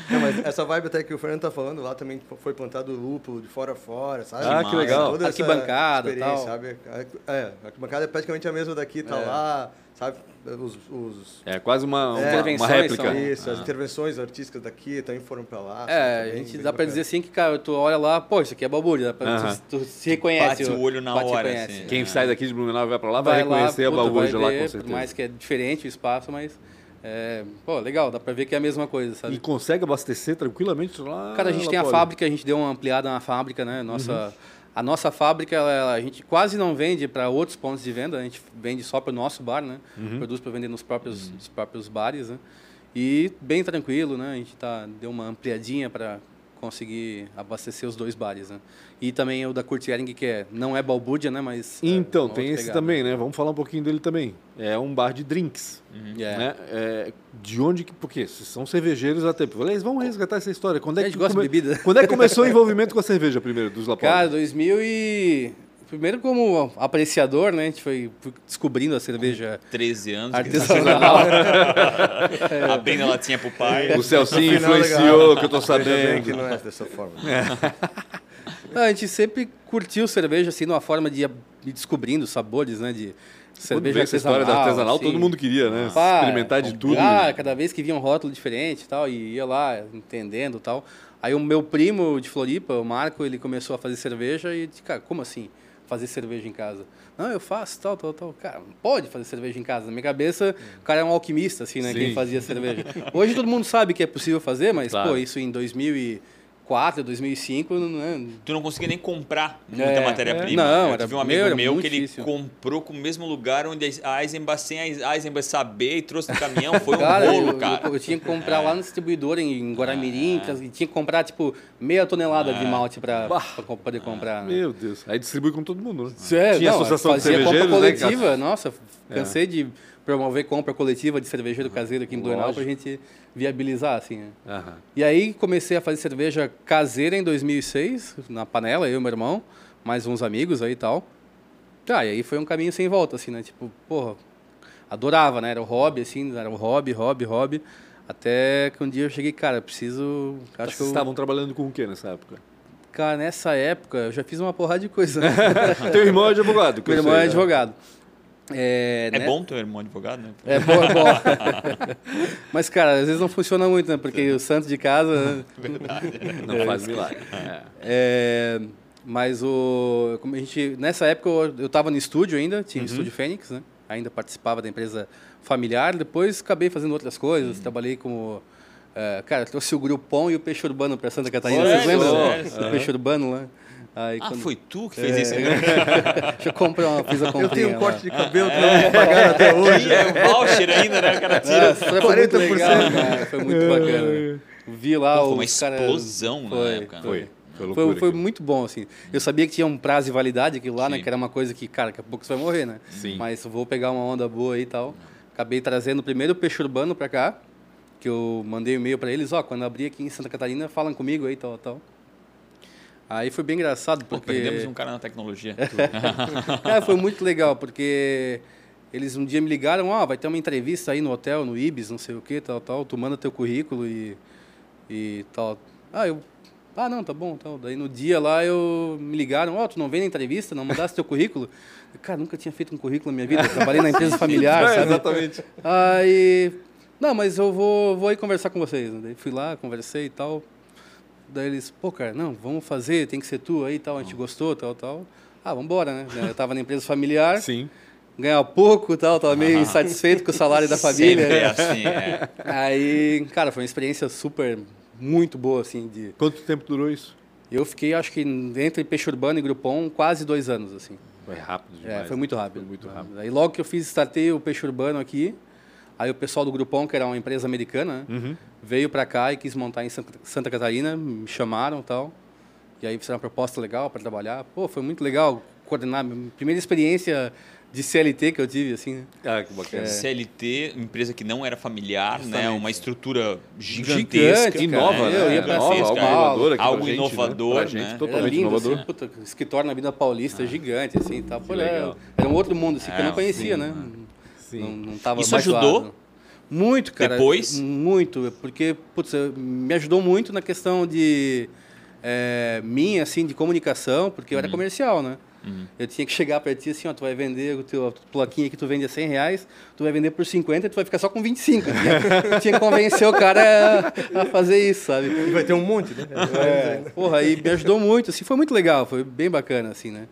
Speaker 5: Não, mas essa vibe até que o Fernando tá falando, lá também foi plantado lúpulo de fora a fora, sabe?
Speaker 1: Ah, que legal.
Speaker 5: Toda essa
Speaker 3: Arquibancada,
Speaker 5: experiência,
Speaker 3: tal.
Speaker 5: Sabe? É, a arquibancada é praticamente a mesma daqui, tá lá, sabe? Os... os-
Speaker 1: É quase uma, uma- uma,
Speaker 3: Intervenções
Speaker 1: réplica.
Speaker 3: são-
Speaker 5: Isso, as intervenções artísticas daqui também foram pra lá.
Speaker 3: Ah.
Speaker 1: Ah,
Speaker 3: É,
Speaker 5: sabe?
Speaker 3: a
Speaker 5: Bem-
Speaker 3: gente
Speaker 5: bem
Speaker 3: dá pra
Speaker 5: bacana.
Speaker 3: dizer assim que, cara, tu olha lá, pô, isso aqui é balbúrdia, dá pra-
Speaker 1: Aham.
Speaker 3: tu, tu se
Speaker 2: Bate
Speaker 3: reconhece.
Speaker 2: o olho na
Speaker 3: e
Speaker 2: hora,
Speaker 3: reconhece.
Speaker 2: assim.
Speaker 1: Quem sai daqui de Blumenau e vai pra lá vai,
Speaker 3: Vai lá,
Speaker 1: reconhecer a
Speaker 3: puta,
Speaker 1: balbúrdia
Speaker 3: vai
Speaker 1: lá,
Speaker 3: ver,
Speaker 1: com
Speaker 3: Por
Speaker 1: certeza.
Speaker 3: mais que é diferente o espaço, mas É, pô, legal, dá pra ver que é a mesma coisa, sabe?
Speaker 1: E consegue abastecer tranquilamente isso lá?
Speaker 3: Cara, a gente
Speaker 1: lá
Speaker 3: tem a
Speaker 1: fora.
Speaker 3: fábrica, a gente deu uma ampliada na fábrica, né? Nossa,
Speaker 1: Uhum.
Speaker 3: A nossa fábrica, ela- ela- a gente quase não vende para outros pontos de venda, a gente vende só para o nosso bar, né?
Speaker 1: Uhum.
Speaker 3: Produz para vender nos próprios, nos próprios bares, né? E bem tranquilo, né? A gente tá, deu uma ampliadinha para conseguir abastecer os dois bares, né? E também o da Kurt Ehring, que é, não é balbúrdia, né? Mas... é,
Speaker 1: Então,
Speaker 3: uma
Speaker 1: tem
Speaker 3: outra
Speaker 1: esse
Speaker 3: pegada.
Speaker 1: também, né? Vamos falar um pouquinho dele também. É um bar de drinks.
Speaker 3: É.
Speaker 1: Né? É, de onde que. Porque vocês são cervejeiros há tempo. Eles vão resgatar essa história. Quando é
Speaker 3: A
Speaker 1: que
Speaker 3: gente gosta de bebida.
Speaker 1: Quando é que começou o envolvimento com a cerveja primeiro, dos Lapalmas?
Speaker 3: Cara, 2000 e... Primeiro como apreciador, né? A gente foi fui descobrindo a cerveja
Speaker 2: 13 anos.
Speaker 3: artesanal. É.
Speaker 2: Abrindo a latinha pro pai.
Speaker 1: o Celcinho
Speaker 5: Afinal,
Speaker 1: influenciou,
Speaker 5: legal.
Speaker 1: que eu tô
Speaker 5: Veja bem
Speaker 1: sabendo.
Speaker 5: que não é dessa forma.
Speaker 3: Não, a gente sempre curtiu cerveja assim, numa forma de ir de descobrindo os sabores, né? De
Speaker 1: Quando
Speaker 3: cerveja
Speaker 1: veio essa história da artesanal,
Speaker 3: assim.
Speaker 1: todo mundo queria, né?
Speaker 3: Pá,
Speaker 1: Experimentar de tudo.
Speaker 3: Ah, cada vez que vinha um rótulo diferente e tal, e ia lá entendendo e tal. Aí o meu primo de Floripa, o Marco, ele começou a fazer cerveja e eu disse, cara, como assim fazer cerveja em casa? Não, eu faço tal, tal, tal. Cara, não pode fazer cerveja em casa. Na minha cabeça, o cara é um alquimista, assim, né?
Speaker 1: Sim.
Speaker 3: Quem fazia cerveja. Hoje todo mundo sabe que é possível fazer, mas,
Speaker 1: Claro.
Speaker 3: pô, isso em 2004, 2005, né?
Speaker 2: Tu não conseguia nem comprar muita
Speaker 3: É,
Speaker 2: matéria-prima.
Speaker 3: é. Não,
Speaker 2: eu
Speaker 3: era-
Speaker 2: tive um
Speaker 3: meu,
Speaker 2: amigo
Speaker 3: era
Speaker 2: meu
Speaker 3: muito
Speaker 2: que ele
Speaker 3: difícil.
Speaker 2: comprou com o mesmo lugar onde a Eisenbach, sem a Eisenbach saber, e trouxe no caminhão. Foi um
Speaker 3: Cara, eu-
Speaker 2: rolo,
Speaker 3: eu,
Speaker 2: cara. Ah.
Speaker 3: eu tinha que comprar lá no distribuidor em, em Guaramirim, que- e tinha que comprar, tipo, meia tonelada de malte pra,
Speaker 1: Bah.
Speaker 3: pra co- poder comprar. né?
Speaker 1: Meu Deus. Aí distribui com todo mundo, né?
Speaker 3: Isso é,
Speaker 1: Tinha
Speaker 3: não,
Speaker 1: associação de
Speaker 3: fazia
Speaker 1: cervejeiros,
Speaker 3: compra
Speaker 1: né, cara?
Speaker 3: coletiva, É. nossa, cansei de promover compra coletiva de cervejeiro caseiro
Speaker 2: Uhum.
Speaker 3: aqui em Blumenau pra gente viabilizar, assim, né?
Speaker 1: Aham.
Speaker 3: E aí comecei a fazer cerveja caseira em 2006, na panela, eu e meu irmão, mais uns amigos aí e tal. Tá, e aí foi um caminho sem volta, assim, né? Tipo, porra, adorava, né? Era o hobby, assim, era o hobby, hobby, hobby. Até que um dia eu cheguei, cara, preciso...
Speaker 2: Tá
Speaker 3: Acho que
Speaker 1: Vocês
Speaker 3: eu...
Speaker 2: um
Speaker 1: estavam trabalhando com o que nessa época?
Speaker 3: Cara, nessa época eu já fiz uma porrada de coisa. né?
Speaker 1: Teu irmão é advogado. que
Speaker 3: meu
Speaker 1: eu
Speaker 3: irmão
Speaker 1: sei,
Speaker 3: é
Speaker 1: né?
Speaker 3: advogado. É,
Speaker 2: É
Speaker 3: né?
Speaker 2: bom teu irmão advogado, né?
Speaker 3: É bom, é bom. Mas, cara, às vezes não funciona muito, né? Porque o santo de casa... né?
Speaker 1: Não faz milagre. É.
Speaker 3: É, mas o como a gente nessa época eu, eu tava no estúdio ainda,
Speaker 5: Uhum.
Speaker 3: tinha o estúdio Fênix, né? Ainda participava da empresa familiar, depois acabei fazendo outras coisas,
Speaker 5: Uhum.
Speaker 3: trabalhei como é, cara, trouxe o Grupom e o Peixe Urbano para Santa Catarina,
Speaker 2: Olha
Speaker 3: vocês lembram?
Speaker 2: só.
Speaker 5: É,
Speaker 3: né? O Peixe Urbano lá. Aí,
Speaker 2: Ah,
Speaker 3: quando-
Speaker 2: foi tu que fez
Speaker 3: É.
Speaker 2: isso? né?
Speaker 3: Deixa eu comprar uma, fiz a comprinha.
Speaker 5: Eu tenho um
Speaker 3: lá.
Speaker 5: corte de cabelo que
Speaker 3: É.
Speaker 5: não me pagaram até hoje.
Speaker 2: É o voucher ainda, né? O cara tira.
Speaker 3: Nossa, É, foi muito
Speaker 5: 40%.
Speaker 3: legal, cara, Foi muito bacana. né?
Speaker 5: É.
Speaker 3: Vi lá
Speaker 2: Pô,
Speaker 3: Ah, os
Speaker 2: foi uma
Speaker 3: caras-
Speaker 2: explosão na época, né?
Speaker 1: Foi. Foi,
Speaker 3: Foi,
Speaker 1: loucura
Speaker 3: foi
Speaker 1: aquilo.
Speaker 3: muito bom, assim. Eu sabia que tinha um prazo de validade aquilo lá, né?
Speaker 2: Sim.
Speaker 3: Que era uma coisa que, cara, daqui a pouco você vai morrer, né?
Speaker 1: Sim.
Speaker 3: Mas eu vou pegar uma onda boa aí e tal. Acabei trazendo primeiro o peixe urbano pra cá, que eu mandei um e-mail pra eles, ó, quando abrir aqui em Santa Catarina, falam comigo aí, tal, tal. Aí foi bem engraçado,
Speaker 2: Pô,
Speaker 3: porque...
Speaker 2: perdemos um cara na tecnologia.
Speaker 3: Cara, foi muito legal, porque eles um dia me ligaram, ó, vai ter uma entrevista aí no hotel, no Ibis, não sei o que, tal, tal, tu manda teu currículo e, e tal. Ah, eu, ah, não, tá bom, tal. Daí no dia lá eu me ligaram, ó, tu não vem na entrevista, não mandasse teu currículo? Eu, Cara, nunca tinha feito um currículo na minha vida, eu trabalhei na empresa familiar,
Speaker 1: É,
Speaker 3: sabe?
Speaker 1: exatamente.
Speaker 3: Aí, não, mas eu vou, vou aí conversar com vocês. Daí fui lá, conversei e tal. Daí eles, pô, cara, não, vamos fazer, tem que ser tu aí e tal, a gente gostou, tal, tal. Ah, vambora, né? Eu tava na empresa familiar,
Speaker 1: Sim.
Speaker 3: ganhava pouco e tal, tava meio insatisfeito com o salário da família. né?
Speaker 2: Sempre é assim, é.
Speaker 3: Aí, cara, foi uma experiência super, muito boa, assim, de...
Speaker 1: Quanto tempo durou isso?
Speaker 3: Eu fiquei, acho que, entre Peixe Urbano e Grupom, quase dois anos, assim.
Speaker 1: Foi rápido
Speaker 3: É,
Speaker 1: demais.
Speaker 3: foi
Speaker 1: né?
Speaker 3: muito rápido.
Speaker 1: Foi muito rápido.
Speaker 3: Aí logo que eu fiz, startei o Peixe Urbano aqui, aí o pessoal do Grupom, que era uma empresa americana, né, veio pra cá e quis montar em Santa Santa Catarina, me chamaram e tal. E aí fizeram uma proposta legal para trabalhar. Pô, foi muito legal coordenar. Minha primeira experiência de CLT que eu tive, assim, né?
Speaker 1: Ah, que
Speaker 2: um
Speaker 1: bacana.
Speaker 2: CLT, empresa que não era familiar, né?
Speaker 3: Justamente.
Speaker 2: Uma estrutura gigantesca.
Speaker 3: Gigante,
Speaker 2: cara.
Speaker 1: Inova,
Speaker 3: cara,
Speaker 1: né?
Speaker 3: eu ia pra
Speaker 1: Nova, algo
Speaker 3: Francisco, cara.
Speaker 1: inovador aqui
Speaker 2: Algo
Speaker 1: pra gente, né?
Speaker 2: inovador,
Speaker 1: Pra gente,
Speaker 2: né?
Speaker 1: totalmente
Speaker 3: lindo,
Speaker 1: inovador.
Speaker 3: assim, puta, escritório na Avenida Paulista, gigante, assim, e tal. Pô,
Speaker 1: legal.
Speaker 3: era, era um outro mundo, assim, que
Speaker 2: É,
Speaker 3: eu não conhecia,
Speaker 1: sim,
Speaker 3: né?
Speaker 1: Sim.
Speaker 3: Não, não tava
Speaker 2: Isso
Speaker 3: habituado.
Speaker 2: ajudou?
Speaker 3: Muito, cara.
Speaker 2: Depois?
Speaker 3: Muito, porque, putz, eu- me ajudou muito na questão de... é, minha, assim, de comunicação, porque eu
Speaker 2: Uhum.
Speaker 3: era comercial, né? Eu tinha que chegar pra ti assim, ó, tu vai vender o teu a tua plaquinha que tu vende a 100 reais, tu vai vender por 50 e tu vai ficar só com 25. Eu tinha, eu tinha que convencer o cara a, a fazer isso, sabe?
Speaker 5: E vai ter um monte, né?
Speaker 3: É, porra, aí me ajudou muito, assim, foi muito legal, foi bem bacana, assim, né?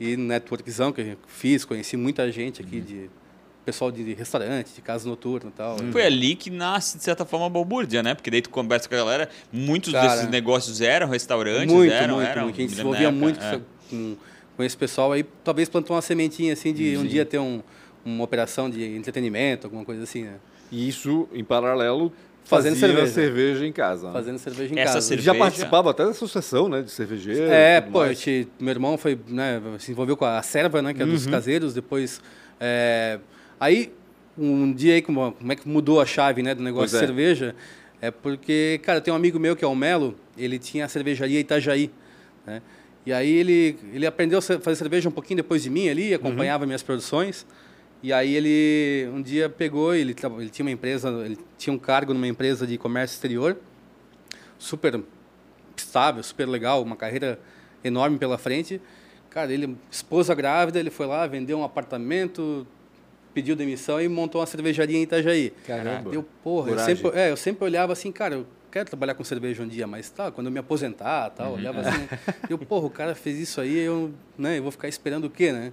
Speaker 3: E networkzão que eu fiz, conheci muita gente aqui de pessoal de restaurante, de casa noturna e tal.
Speaker 2: Foi ali que nasce, de certa forma, a balbúrdia, né? Porque daí tu conversa com a galera, muitos
Speaker 3: Cara.
Speaker 2: desses negócios eram restaurantes,
Speaker 3: muito,
Speaker 2: eram,
Speaker 3: muito,
Speaker 2: eram.
Speaker 3: muito. A gente se
Speaker 2: na
Speaker 3: envolvia
Speaker 2: época,
Speaker 3: muito com
Speaker 2: é.
Speaker 3: essa- com, com esse pessoal aí. Talvez plantou uma sementinha assim de um dia ter um- uma operação de entretenimento, alguma coisa assim, né?
Speaker 1: E isso, em paralelo,
Speaker 3: Fazendo
Speaker 1: fazia
Speaker 3: cerveja.
Speaker 1: cerveja em casa. né?
Speaker 3: Fazendo cerveja em
Speaker 2: Essa
Speaker 3: casa.
Speaker 2: cerveja-
Speaker 1: Já participava até da associação, né? De cervejeiro.
Speaker 3: É,
Speaker 1: e tudo
Speaker 3: pô, a
Speaker 1: mais.
Speaker 3: gente- meu irmão foi, né, se envolveu com a serva, né, que é
Speaker 1: Uhum.
Speaker 3: dos caseiros, depois... é, aí, um dia aí, como, como é que mudou a chave, né, do
Speaker 1: Pois
Speaker 3: negócio de
Speaker 1: é.
Speaker 3: cerveja, é porque, cara, tem um amigo meu que é o Melo, ele tinha a cervejaria Itajaí, né, e aí ele, ele aprendeu a ce- fazer cerveja um pouquinho depois de mim
Speaker 1: Uhum.
Speaker 3: ali, acompanhava minhas produções, e aí ele um dia pegou, ele, tra- ele tinha uma empresa, ele tinha um cargo numa empresa de comércio exterior, super estável, super legal, uma carreira enorme pela frente. Cara, ele, esposa grávida, ele foi lá, vendeu um apartamento, pediu demissão e montou uma cervejaria em Itajaí.
Speaker 1: Caramba.
Speaker 3: Eu, porra, eu
Speaker 1: Coragem.
Speaker 3: sempre, é, eu sempre olhava assim, cara, eu quero trabalhar com cerveja um dia, mas tá, quando eu me aposentar, tal,
Speaker 1: Uhum.
Speaker 3: olhava assim, eu, porra, o cara fez isso aí, eu, né, eu vou ficar esperando o quê, né?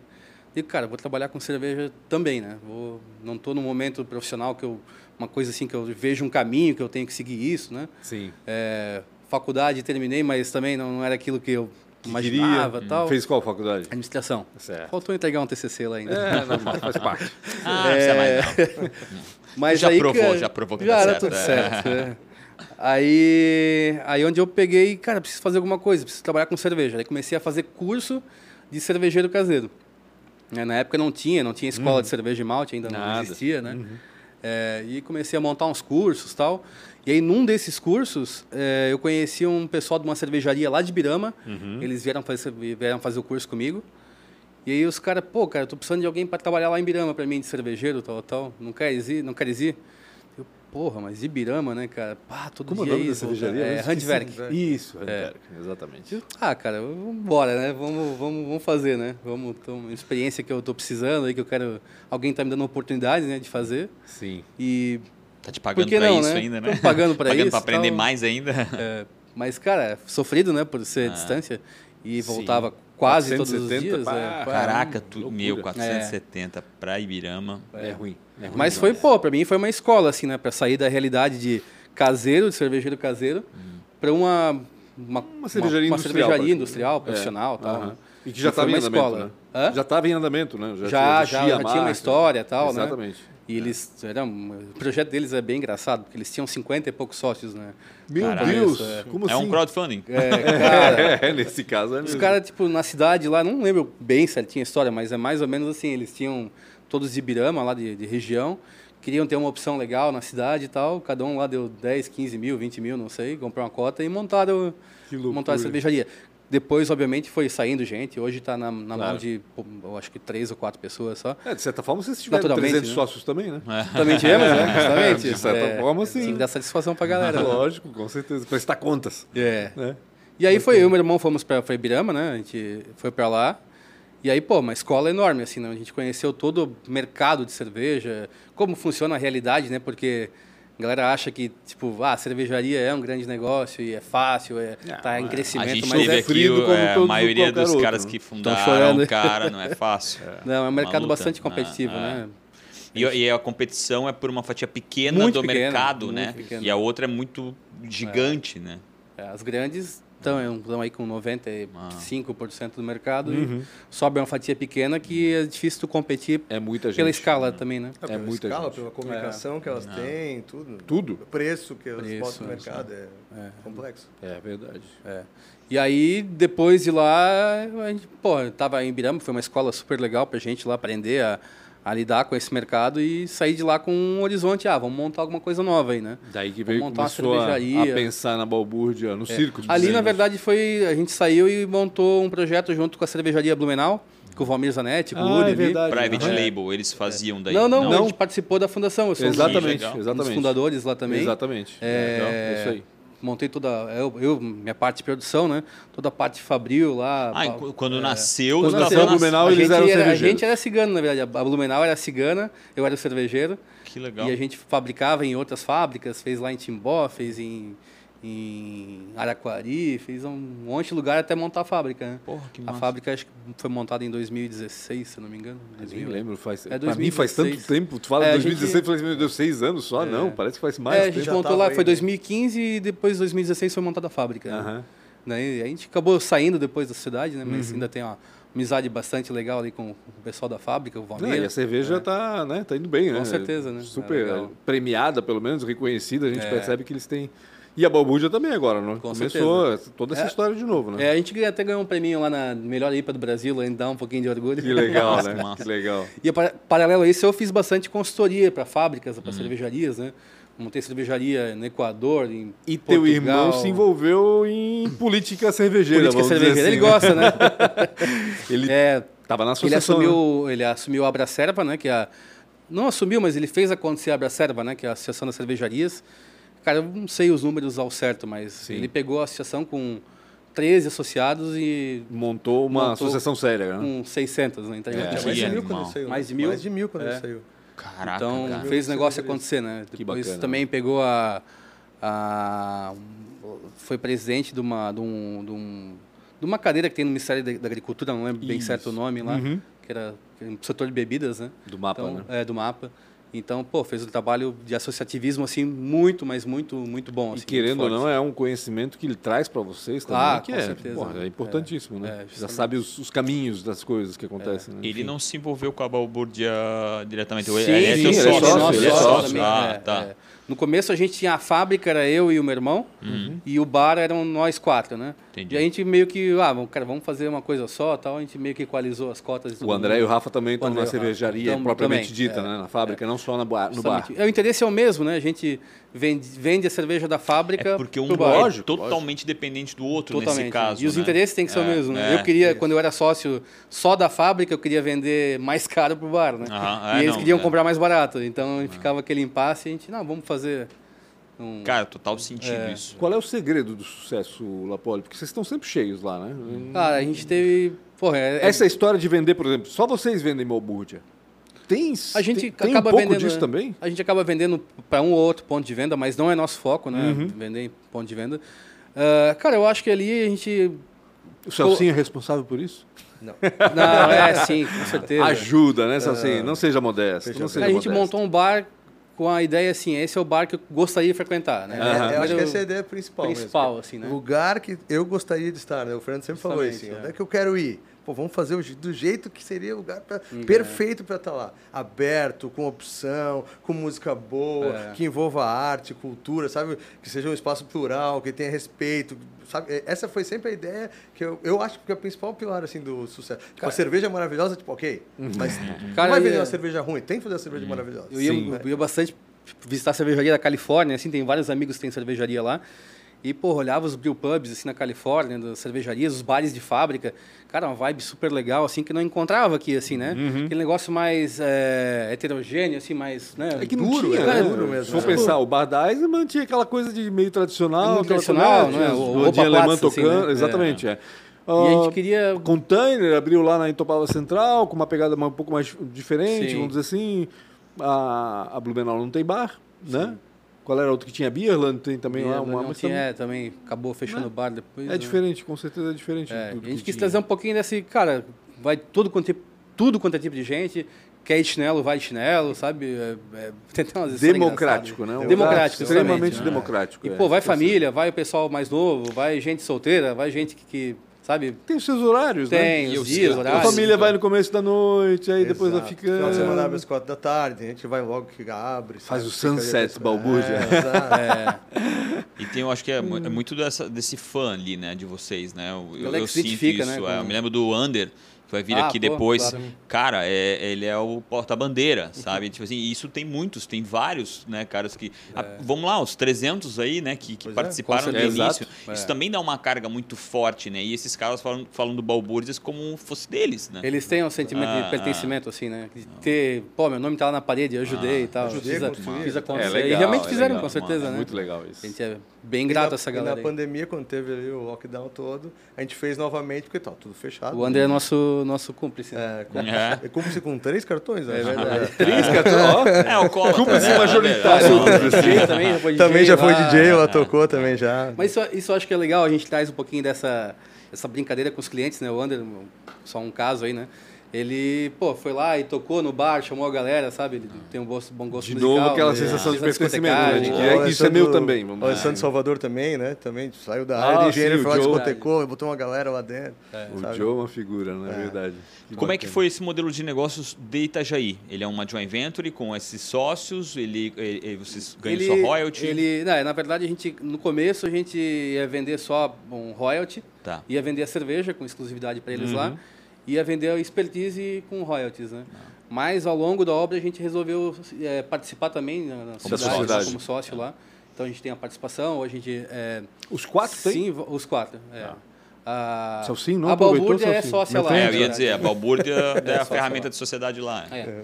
Speaker 3: Digo, cara, eu vou trabalhar com cerveja também, né? Vou, não tô num momento profissional que eu uma coisa assim que eu vejo um caminho que eu tenho que seguir isso, né?
Speaker 1: Sim.
Speaker 3: É, faculdade terminei, mas também não, não era aquilo que eu imaginava
Speaker 1: Queria. Hum.
Speaker 3: tal.
Speaker 1: Fez qual faculdade?
Speaker 3: Administração.
Speaker 1: Certo.
Speaker 3: Faltou entregar um TCC lá ainda.
Speaker 1: É, não, mas faz parte.
Speaker 2: Ah, não precisa
Speaker 3: É.
Speaker 2: mais não.
Speaker 3: Mas
Speaker 2: Já
Speaker 3: aí,
Speaker 2: provou,
Speaker 3: cara,
Speaker 2: já provou que
Speaker 3: já
Speaker 2: dá
Speaker 3: era
Speaker 2: certo,
Speaker 3: tudo
Speaker 2: é.
Speaker 3: certo. é. Aí, aí onde eu peguei, cara, preciso fazer alguma coisa, preciso trabalhar com cerveja. Aí comecei a fazer curso de cervejeiro caseiro. Né, Na época não tinha, não tinha escola
Speaker 2: Hum.
Speaker 3: de cerveja e malte, ainda não
Speaker 1: Nada.
Speaker 3: existia,
Speaker 2: Uhum.
Speaker 3: né? É, e comecei a montar uns cursos tal. E aí, num desses cursos, é, eu conheci um pessoal de uma cervejaria lá de Birama.
Speaker 2: Uhum.
Speaker 3: Eles vieram fazer, vieram fazer o curso comigo. E aí os caras, pô, cara, eu tô precisando de alguém para trabalhar lá em Birama para mim, de cervejeiro, tal, tal. Não queres ir? Não queres ir? Eu, porra, mas Ibirama, né, cara? Pá, todo
Speaker 1: Como é o
Speaker 3: dia
Speaker 1: nome da
Speaker 3: isso,
Speaker 1: cervejaria?
Speaker 3: É,
Speaker 1: Eu esqueci.
Speaker 3: Handwerk. É,
Speaker 1: Isso, Handwerk, exatamente.
Speaker 3: Ah, cara, vamos embora, né? Vamos, vamos, vamos fazer, né? Vamos, então, uma experiência que eu tô precisando aí, que eu quero... Alguém tá me dando oportunidade, né, de fazer.
Speaker 1: Sim.
Speaker 3: E
Speaker 2: Tá te pagando
Speaker 3: que
Speaker 2: pra
Speaker 3: não,
Speaker 2: isso
Speaker 3: né?
Speaker 2: ainda, né?
Speaker 3: Tão pagando pra
Speaker 2: Pagando
Speaker 3: isso,
Speaker 2: pra aprender
Speaker 3: então-
Speaker 2: mais ainda.
Speaker 3: É, mas, cara, sofrido, né? Por ser distância. E
Speaker 1: Sim.
Speaker 3: voltava quase todos os
Speaker 1: 470,
Speaker 3: dias.
Speaker 1: pá,
Speaker 3: é, pá.
Speaker 2: Caraca, tu,
Speaker 1: loucura.
Speaker 3: É.
Speaker 2: meu, 470 pra Ibirama.
Speaker 1: É, ruim. É ruim
Speaker 3: Mas foi,
Speaker 1: demais.
Speaker 3: pô, pra mim foi uma escola, assim, né? Pra sair da realidade de caseiro, de cervejeiro caseiro,
Speaker 1: Hum.
Speaker 3: pra uma... Uma,
Speaker 1: cervejaria
Speaker 3: uma
Speaker 1: industrial,
Speaker 3: cervejaria
Speaker 1: praticamente.
Speaker 3: industrial, profissional e tal,
Speaker 1: É. Aham.
Speaker 3: né?
Speaker 1: E que já
Speaker 3: E foi
Speaker 1: estava em
Speaker 3: uma
Speaker 1: andamento,
Speaker 3: escola.
Speaker 1: né?
Speaker 3: Hã?
Speaker 1: Já estava em andamento, né?
Speaker 3: Já, já, já,
Speaker 1: existia a
Speaker 3: tinha uma
Speaker 1: marca.
Speaker 3: história e tal, né?
Speaker 1: Exatamente. É.
Speaker 3: E eles eram, o projeto deles é bem engraçado, porque eles tinham 50 e poucos sócios, né?
Speaker 1: Meu
Speaker 2: Caralho,
Speaker 1: Deus,
Speaker 3: isso é-
Speaker 1: como
Speaker 2: é
Speaker 1: assim?
Speaker 2: um crowdfunding.
Speaker 3: É, cara,
Speaker 1: É, nesse caso é
Speaker 3: os
Speaker 1: mesmo.
Speaker 3: caras, tipo, na cidade lá, não lembro bem certinho a história, mas é mais ou menos assim, eles tinham todos de Ibirama, lá de, de região, queriam ter uma opção legal na cidade e tal, cada um lá deu 10, 15 mil, 20 mil, não sei, comprou uma cota e montaram,
Speaker 1: Que loucura.
Speaker 3: montaram a cervejaria. Depois, obviamente, foi saindo gente, hoje está na, na mão
Speaker 1: Claro.
Speaker 3: de, pô, eu acho que três ou quatro pessoas só.
Speaker 1: É, de certa forma, vocês tiveram
Speaker 3: Naturalmente,
Speaker 1: 300
Speaker 3: né?
Speaker 1: sócios também, né?
Speaker 3: Também tivemos, né? Justamente.
Speaker 1: De certa
Speaker 3: É,
Speaker 1: forma, sim.
Speaker 3: Tem que dar satisfação pra galera. né?
Speaker 1: Lógico, com certeza. Prestar contas,
Speaker 3: É.
Speaker 1: né?
Speaker 3: E aí foi eu e meu irmão fomos pra foi Ibirama, né? A gente foi pra lá. E aí, pô, uma escola enorme, assim, né? A gente conheceu todo o mercado de cerveja, como funciona a realidade, né? Porque a galera acha que, tipo, ah, a cervejaria é um grande negócio e é fácil, é,
Speaker 1: Não,
Speaker 3: tá em
Speaker 1: é.
Speaker 2: A
Speaker 3: crescimento,
Speaker 2: gente
Speaker 3: mas
Speaker 2: teve
Speaker 3: é...
Speaker 2: aqui
Speaker 1: sofrido
Speaker 2: o-
Speaker 1: como
Speaker 2: é, a
Speaker 1: todos-
Speaker 2: maioria
Speaker 1: qualquer
Speaker 2: dos
Speaker 1: outro,
Speaker 2: caras
Speaker 1: né?
Speaker 2: que
Speaker 3: chorando.
Speaker 2: fundaram, cara, não é fácil.
Speaker 3: Não, é um
Speaker 2: Uma
Speaker 3: mercado
Speaker 2: luta,
Speaker 3: bastante
Speaker 2: né?
Speaker 3: competitivo,
Speaker 2: É.
Speaker 3: né?
Speaker 2: E, e a competição é por uma fatia pequena
Speaker 3: Muito
Speaker 2: do
Speaker 3: pequena,
Speaker 2: mercado,
Speaker 3: muito
Speaker 2: né?
Speaker 3: pequena.
Speaker 2: E a outra é muito gigante, né?
Speaker 3: É, As grandes
Speaker 2: Uhum.
Speaker 3: estão aí com 95% do mercado
Speaker 2: Uhum.
Speaker 3: e sobe uma fatia pequena que é difícil tu competir
Speaker 1: É muita gente.
Speaker 3: pela escala também, né?
Speaker 1: É
Speaker 5: pela
Speaker 1: muita
Speaker 5: escala,
Speaker 1: gente.
Speaker 5: pela comunicação que elas têm, tudo.
Speaker 1: Tudo.
Speaker 5: O preço que elas
Speaker 3: É. Preço,
Speaker 5: botam no
Speaker 3: é,
Speaker 5: mercado é, complexo.
Speaker 1: É verdade.
Speaker 3: É. E aí, depois de lá, a gente, pô, eu tava em Birama, foi uma escola super legal pra gente lá aprender a, a lidar com esse mercado e sair de lá com um horizonte, ah, vamos montar alguma coisa nova aí, né?
Speaker 1: Daí que veio
Speaker 3: montar uma
Speaker 1: começou a, a
Speaker 3: cervejaria. É.
Speaker 1: pensar na balbúrdia, no circo.
Speaker 3: Ali, na
Speaker 1: dizemos.
Speaker 3: verdade, foi a gente saiu e montou um projeto junto com a cervejaria Blumenau, com o Valmir Zanetti, com o
Speaker 1: Ah,
Speaker 3: Uri
Speaker 1: é
Speaker 3: ali.
Speaker 1: verdade.
Speaker 2: Private
Speaker 1: Aham.
Speaker 2: label, eles faziam daí.
Speaker 3: É. Não, não, a
Speaker 1: Não.
Speaker 3: gente participou da fundação, eu sou um dos-
Speaker 1: Exatamente,
Speaker 2: legal.
Speaker 3: um dos
Speaker 1: exatamente.
Speaker 3: fundadores lá também.
Speaker 1: Exatamente.
Speaker 3: É,
Speaker 1: Legal, É isso aí.
Speaker 3: Montei toda, eu, eu, minha parte de produção, né? Toda a parte fabril lá.
Speaker 2: Ah,
Speaker 3: pa-
Speaker 2: enqu- quando nasceu,
Speaker 1: Quando
Speaker 2: tu tava
Speaker 1: nasceu
Speaker 2: nas-
Speaker 1: Blumenau,
Speaker 3: a
Speaker 1: eles
Speaker 3: gente
Speaker 1: eram
Speaker 3: era, A
Speaker 1: cervejeiros.
Speaker 3: gente era cigano, na verdade. A Blumenau era cigana, eu era o cervejeiro.
Speaker 2: Que legal.
Speaker 3: E a gente fabricava em outras fábricas, fez lá em Timbó, fez em, em Araquari, fez um monte de lugar até montar a fábrica, né?
Speaker 2: Porra, que
Speaker 3: a
Speaker 2: massa.
Speaker 3: fábrica acho que foi montada em 2016, se eu não me engano.
Speaker 1: Eu
Speaker 3: 2000.
Speaker 1: nem lembro, faz.
Speaker 3: É
Speaker 1: pra mim faz tanto
Speaker 3: 2016.
Speaker 1: tempo. Tu fala
Speaker 3: É, a
Speaker 1: 2016,
Speaker 3: gente-
Speaker 1: faz, meu Deus, seis anos só?
Speaker 3: É.
Speaker 1: Não, parece que faz mais
Speaker 3: É, a
Speaker 1: tempo.
Speaker 3: gente
Speaker 5: Já
Speaker 3: montou
Speaker 5: tava
Speaker 3: lá,
Speaker 5: aí,
Speaker 3: foi
Speaker 5: né?
Speaker 3: 2015 e depois 2016 foi montada a fábrica. né?
Speaker 1: Aham.
Speaker 3: Daí a gente acabou saindo depois da cidade, né? Mas ainda tem uma amizade bastante legal ali com o pessoal da fábrica, o
Speaker 1: Não, e
Speaker 3: Valmir.
Speaker 1: a cerveja tá, né, tá indo bem, né?
Speaker 3: um é. Com certeza, né? É
Speaker 1: Super
Speaker 3: legal.
Speaker 1: premiada, pelo menos, reconhecida. A gente
Speaker 3: É.
Speaker 1: percebe que eles têm. E a balbúrdia também agora, não?
Speaker 3: Com
Speaker 1: Começou toda essa
Speaker 3: É.
Speaker 1: história de novo, né?
Speaker 3: É, a gente até ganhou um prêmio lá na melhor IPA do Brasil, ainda dá um pouquinho de orgulho.
Speaker 1: Que legal,
Speaker 2: Massa,
Speaker 1: né?
Speaker 2: massa.
Speaker 1: Que legal.
Speaker 3: E a par- paralelo a isso, eu fiz bastante consultoria para fábricas,
Speaker 1: Uhum.
Speaker 3: para cervejarias, né? Montei cervejaria no Equador, em
Speaker 1: E
Speaker 3: Portugal.
Speaker 1: teu irmão se envolveu em política cervejeira,
Speaker 3: Política
Speaker 1: vamos
Speaker 3: cervejeira,
Speaker 1: dizer assim,
Speaker 3: ele gosta, né?
Speaker 1: gosta. Ele
Speaker 3: É,
Speaker 1: tava na
Speaker 3: ele
Speaker 1: associação. né?
Speaker 3: assumiu, ele assumiu a Abracerva, né, que é a não assumiu, mas ele fez acontecer a Abracerva, né, que é a Associação das Cervejarias. Cara, eu não sei os números ao certo, mas ele pegou a associação com 13 associados e
Speaker 1: Montou uma
Speaker 3: Montou
Speaker 1: associação séria, né?
Speaker 3: com 600, né? Então, ele
Speaker 2: É,
Speaker 5: Tinha
Speaker 3: tinha
Speaker 5: mais
Speaker 2: aí
Speaker 5: de
Speaker 2: é
Speaker 5: mil
Speaker 2: animal.
Speaker 5: quando ele saiu. né?
Speaker 3: Mais de mil? É.
Speaker 5: Mais de mil quando ele saiu.
Speaker 2: Caraca,
Speaker 3: Então
Speaker 2: cara.
Speaker 3: fez o
Speaker 5: Meu,
Speaker 3: negócio
Speaker 5: que
Speaker 3: acontecer, né? Depois
Speaker 1: bacana,
Speaker 3: também pegou a, a- foi presidente de uma de, um, de, um- de uma cadeira que tem no Ministério da da Agricultura, não lembro bem
Speaker 1: Isso.
Speaker 3: certo o nome lá,
Speaker 1: Uhum.
Speaker 3: que era um setor de bebidas, né?
Speaker 1: Do mapa,
Speaker 3: Então,
Speaker 1: né?
Speaker 3: É né? do mapa. Então, pô, fez um trabalho de associativismo assim muito, mas muito, muito
Speaker 1: E
Speaker 3: bom. assim,
Speaker 1: querendo ou
Speaker 3: muito
Speaker 1: não,
Speaker 3: forte.
Speaker 1: é um conhecimento que ele traz para vocês também,
Speaker 3: Ah,
Speaker 1: que
Speaker 3: com
Speaker 1: é,
Speaker 3: certeza,
Speaker 1: porra,
Speaker 3: né?
Speaker 1: é importantíssimo,
Speaker 3: É,
Speaker 1: né? Já
Speaker 3: justamente. É.
Speaker 1: sabe os, os caminhos das coisas que acontecem. né?
Speaker 2: Ele
Speaker 1: Enfim.
Speaker 2: não se envolveu com a balbúrdia diretamente.
Speaker 3: Sim,
Speaker 2: ele é
Speaker 3: sim,
Speaker 2: teu
Speaker 1: ele
Speaker 2: sócio,
Speaker 1: sócio, ele é sócio.
Speaker 3: também,
Speaker 2: Ah,
Speaker 3: é,
Speaker 2: tá.
Speaker 3: é. No começo a gente tinha a fábrica, era eu e o meu irmão, e o bar eram nós quatro, né?
Speaker 2: Uhum. Entendi.
Speaker 3: E a gente meio que, ah, vamos, cara, vamos fazer uma coisa só tal, a gente meio que equalizou as cotas. de todo
Speaker 1: O André e
Speaker 3: mundo.
Speaker 1: o Rafa também estão
Speaker 3: André
Speaker 1: na
Speaker 3: e o Rafa.
Speaker 1: cervejaria
Speaker 3: Então,
Speaker 1: propriamente
Speaker 3: também,
Speaker 1: dita,
Speaker 3: é,
Speaker 1: né? Na fábrica, não só na bar- no bar.
Speaker 3: Justamente. É, O interesse é o mesmo, né? A gente vende, vende a cerveja da fábrica.
Speaker 2: É porque um
Speaker 3: pro
Speaker 2: é
Speaker 3: bar.
Speaker 1: Lógico,
Speaker 2: totalmente dependente do outro nesse
Speaker 3: Totalmente.
Speaker 2: caso.
Speaker 3: e os
Speaker 2: né?
Speaker 3: interesses têm que ser o
Speaker 2: É,
Speaker 3: mesmo,
Speaker 2: é.
Speaker 3: né? Eu queria, quando eu era sócio só da fábrica, eu queria vender mais caro pro bar, né?
Speaker 2: Aham, é,
Speaker 3: e eles
Speaker 2: não,
Speaker 3: queriam
Speaker 2: é. Ah.
Speaker 3: comprar mais barato. Então ficava aquele impasse e a gente, não, vamos fazer um.
Speaker 2: Cara, total sentido isso.
Speaker 1: Qual é o segredo do sucesso, Lapoli? Porque vocês estão sempre cheios lá, né?
Speaker 3: Cara, a gente teve. Porra, é-
Speaker 1: Essa história de vender, por exemplo, só vocês vendem balbúrdia. Tem,
Speaker 3: a gente
Speaker 1: tem, tem
Speaker 3: acaba
Speaker 1: um pouco
Speaker 3: vendendo,
Speaker 1: disso
Speaker 3: né?
Speaker 1: também?
Speaker 3: A gente acaba vendendo para um ou outro ponto de venda, mas não é nosso foco, né?
Speaker 1: Uhum.
Speaker 3: Vender em ponto de venda. Ah, cara, eu acho que ali a gente.
Speaker 1: O Celcinho é responsável por isso?
Speaker 5: Não.
Speaker 3: Não, é sim, com certeza. É.
Speaker 1: Ajuda, né, Celcinho? Não seja modesto.
Speaker 5: Veja
Speaker 1: Não
Speaker 5: bem.
Speaker 1: seja
Speaker 3: a gente
Speaker 1: modesto.
Speaker 3: montou um bar com a ideia assim, esse é o bar que eu gostaria de frequentar, né?
Speaker 5: É, eu acho que
Speaker 3: Primeiro-
Speaker 5: essa é a ideia principal. mesmo.
Speaker 3: Principal, assim, né?
Speaker 5: Lugar que eu gostaria de estar, né? O Fernando sempre falou
Speaker 3: Justamente,
Speaker 5: isso. Assim,
Speaker 3: é.
Speaker 5: Onde é que eu quero ir? Pô, vamos fazer o je- do jeito que seria o lugar pra-
Speaker 3: Hum, é.
Speaker 5: perfeito para estar lá. Aberto, com opção, com música boa,
Speaker 3: É.
Speaker 5: que envolva arte, cultura, sabe? Que seja um espaço plural, que tenha respeito, sabe? É, Essa foi sempre a ideia que eu, eu acho que é o principal pilar, assim, do sucesso. Tipo, a cerveja é maravilhosa, tipo, ok. Mas
Speaker 3: Cara,
Speaker 5: não vai
Speaker 3: e
Speaker 5: vender
Speaker 3: é-
Speaker 5: uma cerveja ruim, tem que fazer uma cerveja maravilhosa.
Speaker 3: Eu ia, eu ia bastante visitar a cervejaria da Califórnia, assim, tem vários amigos que têm cervejaria lá. E, pô, olhava os brew pubs, assim, na Califórnia, das cervejarias, os bares de fábrica. Cara, uma vibe super legal, assim, que não encontrava aqui, assim, né?
Speaker 1: Uhum.
Speaker 3: Aquele negócio mais é, heterogêneo, assim, mais, né?
Speaker 1: É que não
Speaker 5: Duro,
Speaker 1: tinha,
Speaker 5: é,
Speaker 1: né?
Speaker 5: duro mesmo,
Speaker 1: Se for
Speaker 5: né?
Speaker 1: pensar, o bar da Eisenman tinha aquela coisa de meio tradicional,
Speaker 3: Muito
Speaker 1: aquela
Speaker 3: tradicional,
Speaker 1: coisa,
Speaker 3: né?
Speaker 1: tinha os
Speaker 3: O- o
Speaker 1: bandinha
Speaker 3: Opa
Speaker 1: alemã
Speaker 3: Platz, assim,
Speaker 1: tocando,
Speaker 3: né?
Speaker 1: exatamente, é.
Speaker 3: E a
Speaker 1: Ah,
Speaker 3: gente queria...
Speaker 1: Container abriu lá na Itopava Central, com uma pegada mais- um pouco mais diferente,
Speaker 3: Sim.
Speaker 1: vamos dizer assim. A, a Blumenau não tem bar, né? Qual era a outra que tinha? Beerland tem também lá. Uma,
Speaker 3: não
Speaker 1: mas
Speaker 3: tinha,
Speaker 1: também-
Speaker 3: é, também acabou fechando o bar depois.
Speaker 1: é
Speaker 3: né?
Speaker 1: diferente, com certeza é diferente.
Speaker 3: É,
Speaker 1: de tudo
Speaker 3: a gente
Speaker 1: que
Speaker 3: quis
Speaker 1: tinha.
Speaker 3: trazer um pouquinho desse, cara, vai tudo quanto, é- tudo quanto é tipo de gente, quer ir de chinelo, vai de chinelo, sabe? É, é, tentar umas histórias
Speaker 1: Democrático,
Speaker 3: engraçadas.
Speaker 1: né? Um
Speaker 3: Democrático,
Speaker 1: lugar extremamente
Speaker 3: justamente, né?
Speaker 1: democrático.
Speaker 3: E,
Speaker 1: é.
Speaker 3: pô, vai família, vai o pessoal mais novo, vai gente solteira, vai gente que, que, sabe,
Speaker 1: Tem os seus horários, né?
Speaker 2: E
Speaker 3: tem os
Speaker 2: os-
Speaker 3: dias,
Speaker 2: a
Speaker 1: A
Speaker 3: horários.
Speaker 1: família vai no começo da noite, aí depois ela
Speaker 5: Exato.
Speaker 1: fica...
Speaker 5: Final de semana abre às quatro da tarde, a gente vai logo que abre.
Speaker 1: Faz
Speaker 5: sabe?
Speaker 1: o
Speaker 5: Fica ali
Speaker 1: sunset
Speaker 5: com-
Speaker 1: balbúrdia.
Speaker 5: É, exato.
Speaker 2: E tem, eu acho que é, mu- é
Speaker 3: Hum.
Speaker 2: muito dessa- desse fã ali, né, de vocês, né? Eu, eu- eu
Speaker 3: Alex Witt
Speaker 2: sinto
Speaker 3: fica,
Speaker 2: isso.
Speaker 3: né,
Speaker 2: é.
Speaker 3: com-
Speaker 2: Eu me lembro do Under, que vai vir
Speaker 3: Ah,
Speaker 2: aqui
Speaker 3: pô,
Speaker 2: depois.
Speaker 3: claro. Uhum.
Speaker 2: Cara, é- ele é o porta-bandeira, sabe? tipo assim, e isso tem muitos, tem vários, né, caras que. Ah, vamos lá, os 300 aí, né, que, que
Speaker 5: Pois é,
Speaker 2: participaram
Speaker 3: É. com
Speaker 2: do
Speaker 3: certeza.
Speaker 2: início.
Speaker 3: Exato.
Speaker 2: Isso
Speaker 3: É.
Speaker 2: também dá uma carga muito forte, né? E esses caras falam, falam do Balbúrdias como fosse deles, né?
Speaker 3: Eles têm um sentimento
Speaker 2: Ah,
Speaker 3: de pertencimento, assim, né? De ter, pô, meu nome tá lá na parede, eu ajudei e tal.
Speaker 5: ajudei
Speaker 3: fiz
Speaker 5: a
Speaker 3: a,
Speaker 5: construir.
Speaker 3: fiz a
Speaker 5: É
Speaker 3: acontecer.
Speaker 1: legal,
Speaker 3: e realmente
Speaker 1: é
Speaker 3: fizeram,
Speaker 2: legal,
Speaker 3: com certeza,
Speaker 2: mano,
Speaker 3: né?
Speaker 1: Muito legal isso.
Speaker 3: A gente é bem
Speaker 5: E na-
Speaker 3: grato a essa galera.
Speaker 5: E na
Speaker 3: aí.
Speaker 5: pandemia, quando teve ali o lockdown todo, a gente fez novamente, porque tá tudo fechado.
Speaker 3: O André é nosso nosso, nosso cúmplice. né?
Speaker 5: É, com,
Speaker 2: É.
Speaker 5: é cúmplice com três cartões, né?
Speaker 3: É verdade.
Speaker 1: Três, cara, ó.
Speaker 2: É, o Collor.
Speaker 1: Cúmplice
Speaker 2: né? é,
Speaker 1: majoritário.
Speaker 5: assim.
Speaker 3: DJ assim. também já foi
Speaker 5: Também já foi
Speaker 3: lá.
Speaker 5: DJ, ela tocou também já.
Speaker 3: Mas isso, isso eu acho que é legal, a gente traz um pouquinho dessa essa brincadeira com os clientes, né? O Ander, só um caso aí, né? Ele, pô, foi lá e tocou no bar, chamou a galera, sabe? Ele tem um bom, bom gosto
Speaker 1: De
Speaker 3: musical.
Speaker 1: novo, aquela
Speaker 3: né?
Speaker 1: sensação de pertencimento,
Speaker 3: discotecária,
Speaker 1: né? De
Speaker 5: O
Speaker 1: que é- isso é
Speaker 5: Alessandro-
Speaker 1: meu também, vamos
Speaker 5: o
Speaker 1: lá.
Speaker 5: Alessandro Salvador também, né? Também saiu da
Speaker 1: Ah,
Speaker 5: área de
Speaker 1: sim,
Speaker 5: engenheiro,
Speaker 1: o
Speaker 5: foi lá,
Speaker 1: Joe.
Speaker 5: discotecou, botou uma galera lá dentro.
Speaker 1: O
Speaker 5: sabe?
Speaker 1: Joe é uma figura, na verdade.
Speaker 2: Como é que foi esse modelo de negócios de Itajaí? Ele é uma joint venture com esses sócios, ele, ele- ele- vocês ganham só royalty?
Speaker 3: Ele, não, é, na verdade, a gente, no começo a gente ia vender só um royalty,
Speaker 2: Tá.
Speaker 3: ia vender a cerveja com exclusividade para eles
Speaker 1: Uhum.
Speaker 3: lá, ia vender a expertise com royalties, né?
Speaker 2: Tá.
Speaker 3: Mas ao longo da obra a gente resolveu eh, participar também na, na sociedade,
Speaker 1: sócio.
Speaker 3: como sócio lá. Então a gente tem a participação, hoje a gente eh,
Speaker 1: Os quatro
Speaker 3: sim,
Speaker 1: tem?
Speaker 3: vo- os quatro. É. A,
Speaker 1: Salsinho não
Speaker 3: a
Speaker 1: aproveitou,
Speaker 3: Balbúrdia é
Speaker 1: Salsinho?
Speaker 3: sócia
Speaker 1: Não
Speaker 3: lá.
Speaker 1: tem?
Speaker 2: É,
Speaker 3: na
Speaker 2: Tá. eu ia
Speaker 3: verdade.
Speaker 2: dizer, a Balbúrdia é, a
Speaker 3: sócio
Speaker 2: ferramenta
Speaker 3: lá.
Speaker 2: de sociedade lá. né?
Speaker 3: É.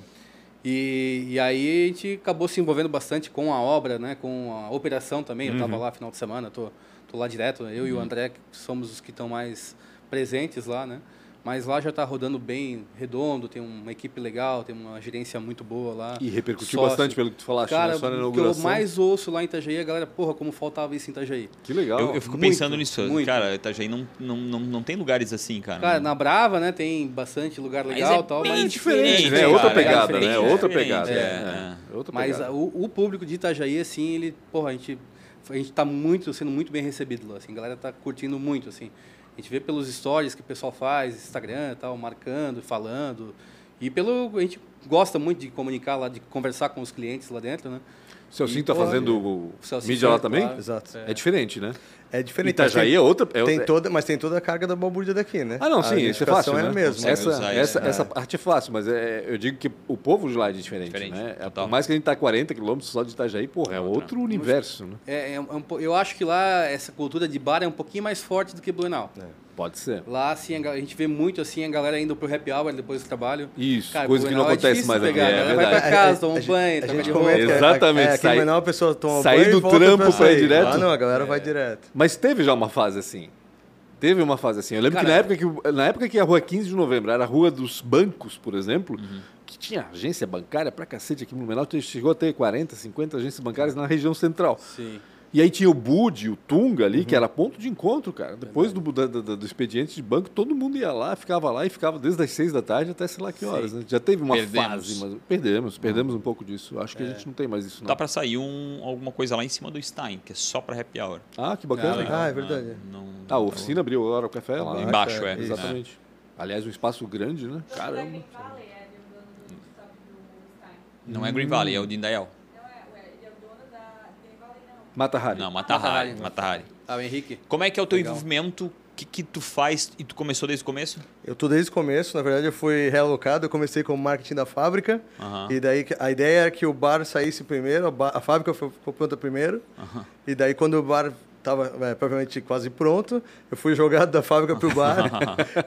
Speaker 3: E, e aí a gente acabou se envolvendo bastante com a obra, né? Com a operação também. Eu
Speaker 1: Uhum.
Speaker 3: estava lá final de semana, tô, tô lá direto. Eu e o André que somos os que estão mais presentes lá, né? Mas lá já está rodando bem redondo, tem uma equipe legal, tem uma gerência muito boa lá.
Speaker 1: E repercutiu
Speaker 3: Sócio.
Speaker 1: bastante pelo que tu falaste,
Speaker 3: Cara,
Speaker 1: né? Só na
Speaker 3: o que eu
Speaker 1: inauguração.
Speaker 3: mais ouço lá em Itajaí, é a galera, porra, como faltava isso em Itajaí.
Speaker 1: Que legal.
Speaker 2: Eu, eu fico
Speaker 3: Muito,
Speaker 2: pensando nisso.
Speaker 3: muito.
Speaker 2: Cara, Itajaí não, não, não, não tem lugares assim,
Speaker 1: Ah.
Speaker 2: cara.
Speaker 3: Cara, na Brava, né, tem bastante lugar
Speaker 2: Mas
Speaker 3: legal
Speaker 2: é
Speaker 3: tal,
Speaker 2: bem
Speaker 3: mas...
Speaker 1: Diferente, né?
Speaker 2: cara,
Speaker 1: Outra
Speaker 2: é
Speaker 1: pegada,
Speaker 2: diferente,
Speaker 1: né?
Speaker 2: é
Speaker 1: Outra
Speaker 2: diferente,
Speaker 1: pegada.
Speaker 2: é,
Speaker 1: né? É, outra
Speaker 3: Mas
Speaker 1: pegada.
Speaker 3: ah, o, o público de Itajaí, assim, ele, porra, a gente, a gente tá muito, sendo muito bem recebido lá, assim, a galera tá curtindo muito, assim. A gente vê pelos stories que o pessoal faz, Instagram e tal, marcando, falando. E pelo, a gente gosta muito de comunicar lá, de conversar com os clientes lá dentro, né?
Speaker 1: O Celcinho tá
Speaker 3: Pô,
Speaker 1: fazendo o
Speaker 3: o Celcinho
Speaker 1: mídia lá
Speaker 3: Santos,
Speaker 1: também?
Speaker 3: claro.
Speaker 5: Exato.
Speaker 1: É diferente, né?
Speaker 5: É diferente.
Speaker 1: Itajaí
Speaker 5: mas tem-
Speaker 1: é outra- é
Speaker 5: tem
Speaker 1: outra-
Speaker 5: toda, mas tem toda a carga da balbúrdia daqui, né?
Speaker 1: Ah, não,
Speaker 5: A
Speaker 1: sim, isso é
Speaker 5: identificação
Speaker 1: fácil,
Speaker 5: é
Speaker 1: né?
Speaker 5: a mesma.
Speaker 1: Essa,
Speaker 2: usar
Speaker 1: essa,
Speaker 2: isso, né?
Speaker 1: essa parte é fácil, mas é- eu digo que o povo de lá é diferente,
Speaker 2: Diferente,
Speaker 1: né? É,
Speaker 2: total.
Speaker 1: Por mais que a gente tá a 40 quilômetros só de Itajaí, porra, é outro universo, né?
Speaker 3: É, é um- é um po- eu acho que lá essa cultura de bar é um pouquinho mais forte do que Blumenau.
Speaker 1: Pode ser.
Speaker 3: Lá, assim, a, ga- a gente vê muito, assim, a galera indo pro happy hour depois do trabalho.
Speaker 1: Isso,
Speaker 3: Cara,
Speaker 1: coisa que não
Speaker 3: Blumenau é
Speaker 1: acontece
Speaker 3: difícil
Speaker 1: mais aqui,
Speaker 3: pegar,
Speaker 1: é
Speaker 3: né? Vai pra
Speaker 1: verdade.
Speaker 3: casa, toma um
Speaker 5: gente-
Speaker 3: banho,
Speaker 5: a
Speaker 3: troca
Speaker 5: gente
Speaker 3: de roupa.
Speaker 5: comenta que é-
Speaker 1: Exatamente,
Speaker 5: É, aqui em
Speaker 1: sair-
Speaker 5: Blumenau a pessoa toma
Speaker 1: sair
Speaker 5: banho
Speaker 1: do
Speaker 5: e volta
Speaker 1: trampo
Speaker 5: pra
Speaker 1: pra ir
Speaker 5: sair.
Speaker 1: direto?
Speaker 5: Ah, não, a galera vai direto.
Speaker 1: Mas teve já uma fase assim. Teve uma fase assim. Eu lembro
Speaker 3: Cara,
Speaker 1: que, na época que na época que a rua 15 de novembro era a rua dos bancos, por exemplo,
Speaker 2: Uhum.
Speaker 1: que tinha agência bancária pra cacete aqui no Blumenau, chegou a ter 40, 50 agências bancárias na região central.
Speaker 3: Sim.
Speaker 1: E aí tinha o Bud, o Tunga ali,
Speaker 2: Uhum.
Speaker 1: que era ponto de encontro, cara. Depois do, da- da- do expediente de banco, todo mundo ia lá, ficava lá e ficava desde as seis da tarde até sei lá que horas. né? Já teve uma
Speaker 2: Perdemos.
Speaker 1: fase, mas perdemos, perdemos um pouco disso. Acho que a gente não tem mais isso, não.
Speaker 2: Dá pra sair um, alguma coisa lá em cima do Stein, que é só pra happy hour.
Speaker 1: Ah, que bacana.
Speaker 5: legal. Ah, é verdade.
Speaker 2: Não, não-
Speaker 1: Ah, a oficina abriu a hora o café lá. né?
Speaker 2: Embaixo, é.
Speaker 1: Exatamente. Aliás, um espaço grande, né? Caramba.
Speaker 4: Valley é de um dono do shopping do Stein.
Speaker 2: Não é Green Valley, é o de Indaial.
Speaker 4: Não é, ué, ele é o dono da Green Valley, não.
Speaker 1: Mata Hari.
Speaker 2: Não, Matahari. Matahari.
Speaker 3: Ah, o Henrique.
Speaker 2: Como é que é o teu
Speaker 3: Legal.
Speaker 2: envolvimento? O que, que tu faz e tu começou desde o começo?
Speaker 5: Eu tô desde o começo, na verdade eu fui realocado, eu comecei como marketing da fábrica,
Speaker 2: Aham.
Speaker 5: e daí que- a ideia era que o bar saísse primeiro, a, ba- a fábrica foi, ficou pronta primeiro, e daí quando o bar estava é, provavelmente quase pronto, eu fui jogado da fábrica pro bar,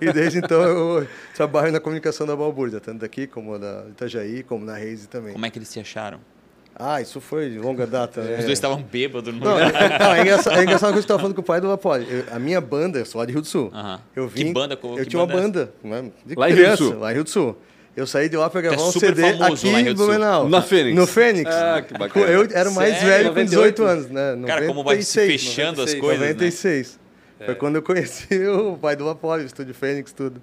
Speaker 5: e desde então eu trabalho na comunicação da Balbúrdia, tanto daqui como da Itajaí, como na Reise também.
Speaker 2: Como é que eles se acharam?
Speaker 5: Ah, isso foi de longa data, né?
Speaker 2: Os dois estavam bêbados né? no
Speaker 5: Não,
Speaker 2: lugar.
Speaker 5: é, não, é engraçado, é engraçado que eu estava falando com o pai do Lapoli. Eu- A minha banda, eu sou lá de Rio do Sul.
Speaker 2: Aham.
Speaker 5: Eu
Speaker 2: Que
Speaker 5: vim,
Speaker 2: banda? Co-
Speaker 5: Eu
Speaker 2: que
Speaker 5: tinha uma
Speaker 2: banda é
Speaker 5: banda, né, de
Speaker 1: Lá em Rio do
Speaker 5: criança,
Speaker 1: Sul.
Speaker 5: lá em Rio do Sul. Eu saí de lá pra gravar um
Speaker 2: super
Speaker 5: CD
Speaker 2: famoso
Speaker 5: aqui
Speaker 2: lá em Rio
Speaker 5: em
Speaker 2: do Sul.
Speaker 5: Blumenau.
Speaker 1: Na Fênix.
Speaker 5: No Fênix.
Speaker 1: Ah, que bacana.
Speaker 5: Eu era o mais
Speaker 2: Sério?
Speaker 5: velho com
Speaker 3: 98?
Speaker 5: 18 anos, né?
Speaker 2: Cara, como vai se
Speaker 5: 96,
Speaker 2: fechando as
Speaker 3: 96,
Speaker 2: coisas, né?
Speaker 5: 96. Foi quando eu conheci o pai do Lapoli, o Estúdio Fênix, tudo.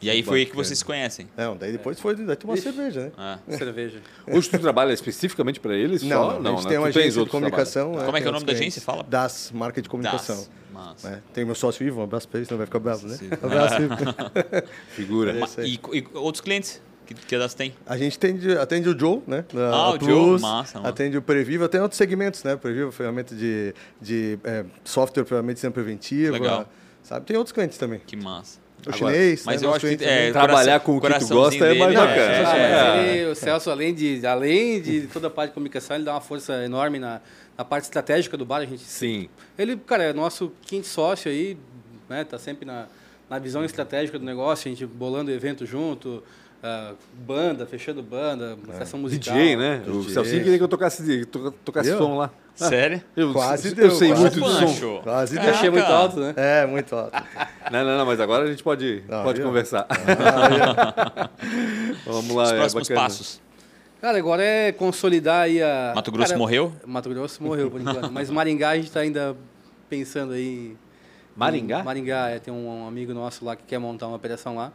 Speaker 2: E aí foi aí que vocês se conhecem.
Speaker 5: Não, daí depois foi daí tomar cerveja, né?
Speaker 2: Ah.
Speaker 3: Cerveja.
Speaker 1: Hoje tu trabalha especificamente pra eles? só?
Speaker 5: a gente
Speaker 1: né?
Speaker 5: tem uma
Speaker 1: Tu tens
Speaker 5: agência de
Speaker 1: outros
Speaker 5: comunicação. né,
Speaker 2: Como é que é o
Speaker 5: tem
Speaker 2: nome da
Speaker 5: outros
Speaker 2: agência?
Speaker 5: clientes.
Speaker 2: Fala.
Speaker 5: DAS, marca de comunicação.
Speaker 2: Das. Massa.
Speaker 5: né? Tem o meu sócio Ivo, um abraço pra ele, senão vai ficar bravo, né?
Speaker 2: Sim.
Speaker 5: Um abraço, Ivo.
Speaker 1: trabalhos. Figura.
Speaker 5: É
Speaker 2: Ma-
Speaker 5: isso aí.
Speaker 2: E, e outros clientes que, que elas têm?
Speaker 5: A gente atende, atende o Joe, né? Da
Speaker 2: Ah, o
Speaker 5: Plus,
Speaker 2: Joe, massa, mano.
Speaker 5: Atende o Previva, tem outros segmentos, né? Previva, ferramenta de, de é, software para medicina preventiva.
Speaker 2: Legal.
Speaker 5: Sabe? Tem outros clientes também.
Speaker 2: Que massa.
Speaker 5: O
Speaker 1: Agora,
Speaker 5: chinês,
Speaker 2: Mas
Speaker 5: né?
Speaker 2: eu
Speaker 5: Nosso
Speaker 2: acho que
Speaker 5: cliente
Speaker 2: é,
Speaker 5: também.
Speaker 1: Trabalhar com o que tu
Speaker 2: coraçãozinho
Speaker 1: gosta é mais
Speaker 2: dele
Speaker 1: bacana.
Speaker 3: Ah,
Speaker 1: É.
Speaker 3: mas ele- o Celso, além de, além de toda a parte de comunicação, ele dá uma força enorme na, na parte estratégica do bar. A gente,
Speaker 1: Sim.
Speaker 3: ele, cara, é nosso quinto sócio aí, né? Tá sempre na, na visão estratégica do negócio, a gente bolando evento junto, ah, banda, fechando banda, estação musical.
Speaker 1: DJ, É. né? O
Speaker 5: DJ.
Speaker 1: Celcinho queria que eu tocasse, to- tocasse
Speaker 5: Viu?
Speaker 1: som lá.
Speaker 2: é. Sério?
Speaker 1: Eu,
Speaker 5: Quase
Speaker 1: eu
Speaker 5: deu,
Speaker 1: sei
Speaker 5: quase
Speaker 1: muito
Speaker 5: deu.
Speaker 1: de som.
Speaker 2: Pancho.
Speaker 5: Quase
Speaker 3: Eu achei muito
Speaker 2: Caraca.
Speaker 3: alto, né?
Speaker 5: É, muito alto.
Speaker 1: Não, não, não, mas agora a gente pode,
Speaker 5: Não,
Speaker 1: pode
Speaker 5: viu?
Speaker 1: conversar. Vamos lá,
Speaker 2: Os
Speaker 1: é. é
Speaker 2: próximos
Speaker 1: bacana.
Speaker 2: passos.
Speaker 3: Cara, agora é consolidar aí a.
Speaker 2: Mato Grosso
Speaker 3: Cara,
Speaker 2: morreu?
Speaker 3: Mato Grosso morreu, por enquanto. Mas Maringá a gente tá ainda pensando aí. em-
Speaker 1: Maringá?
Speaker 3: Maringá, é, tem um, um amigo nosso lá que quer montar uma operação lá.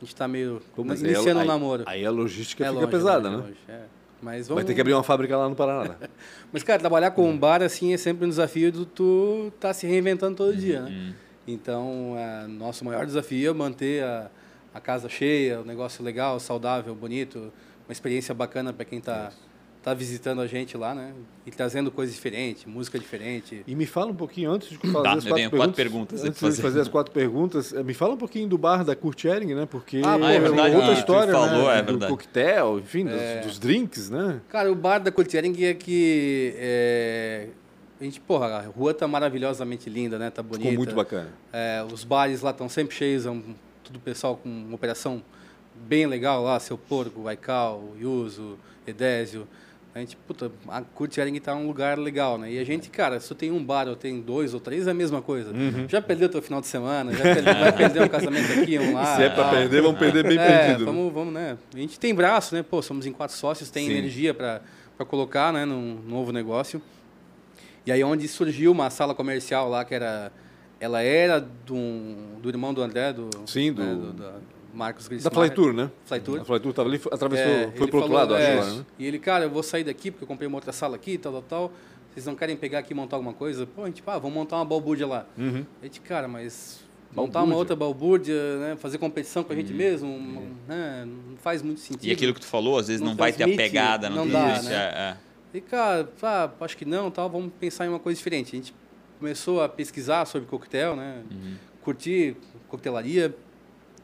Speaker 3: A gente tá meio.
Speaker 1: Pô, mas aí é-
Speaker 3: iniciando o
Speaker 1: aí-
Speaker 3: namoro.
Speaker 1: Aí a logística
Speaker 3: É
Speaker 1: fica
Speaker 3: longe,
Speaker 1: pesada,
Speaker 3: longe,
Speaker 1: né?
Speaker 3: longe, é. Mas
Speaker 1: Vai
Speaker 3: vamos.
Speaker 1: ter que abrir uma fábrica lá no Paraná. né?
Speaker 3: Mas, cara, trabalhar com um bar assim é sempre um desafio do tu tá se reinventando todo dia,
Speaker 1: Uhum.
Speaker 3: né? Então, é, nosso maior desafio é manter a, a casa cheia, o negócio legal, saudável, bonito, uma experiência bacana para quem tá, tá visitando a gente lá, né? E trazendo coisas diferentes, música diferente.
Speaker 1: E me fala um pouquinho, antes de fazer
Speaker 2: Tá,
Speaker 1: as
Speaker 2: eu
Speaker 1: quatro
Speaker 2: tenho
Speaker 1: perguntas,
Speaker 2: quatro perguntas aí
Speaker 1: antes
Speaker 2: pra
Speaker 1: de
Speaker 2: fazer.
Speaker 1: fazer as quatro perguntas, eh, me fala um pouquinho do bar da Kurt Ehring, né? Porque
Speaker 3: Ah, pô, é verdade,
Speaker 1: outra
Speaker 3: tu
Speaker 1: história,
Speaker 2: falou,
Speaker 1: né?
Speaker 2: é
Speaker 1: do
Speaker 2: verdade.
Speaker 1: coquetel, enfim, dos,
Speaker 3: É.
Speaker 1: dos drinks, né?
Speaker 3: Cara, o bar da Courtiering é que... é, a gente, porra, a rua tá maravilhosamente linda, né? Tá bonita.
Speaker 1: Ficou muito bacana.
Speaker 3: É, os bares lá estão sempre cheios, é um, tudo pessoal com uma operação bem legal lá, seu porco, Aical, Yuso, Edésio. A gente, puta, a Curtiering tá um lugar legal, né? E a gente, cara, se tu tem um bar ou tem dois ou três, é a mesma coisa.
Speaker 1: Uhum.
Speaker 3: Já perdeu teu final de semana, já perdeu, vai perder um casamento aqui, um lá.
Speaker 1: Se é pra
Speaker 2: Ah,
Speaker 3: tal.
Speaker 1: perder, vamos perder bem
Speaker 3: É,
Speaker 1: perdido.
Speaker 3: Vamos, vamos, né? A gente tem braço, né? Pô, somos em quatro sócios, tem
Speaker 1: Sim.
Speaker 3: energia para colocar, né, num novo negócio. E aí é onde surgiu uma sala comercial lá que era ela era um, do, do irmão do André, do
Speaker 1: Sim, do-
Speaker 3: né, da Marcos Grismar.
Speaker 1: Da Flytour, né?
Speaker 3: Flytour.
Speaker 1: A Flytour tava ali, atravessou,
Speaker 3: É,
Speaker 1: foi
Speaker 3: ele
Speaker 1: pro outro
Speaker 3: falou,
Speaker 1: lado, acho,
Speaker 3: é,
Speaker 1: agora, né?
Speaker 3: E ele, cara, eu vou sair daqui porque eu comprei uma outra sala aqui, tal, tal, tal. Vocês não querem pegar aqui e montar alguma coisa? Pô, a gente, pá, vamos montar uma balbúrdia lá. A gente, cara, mas montar
Speaker 1: Uhum. Balbúrdia?
Speaker 3: uma
Speaker 1: Uhum.
Speaker 3: outra balbúrdia, né? Fazer competição com a gente mesmo, né? Não faz muito sentido.
Speaker 2: E aquilo que tu falou, às vezes não,
Speaker 3: Não
Speaker 2: vai ter a
Speaker 3: transmite,
Speaker 2: pegada, não,
Speaker 3: não
Speaker 2: tem
Speaker 3: dá,
Speaker 2: isso.
Speaker 3: né?
Speaker 2: é, é.
Speaker 3: E, cara, ah, acho que não, tal, vamos pensar em uma coisa diferente. A gente começou a pesquisar sobre coquetel, né?
Speaker 1: Uhum.
Speaker 3: Curtir coquetelaria.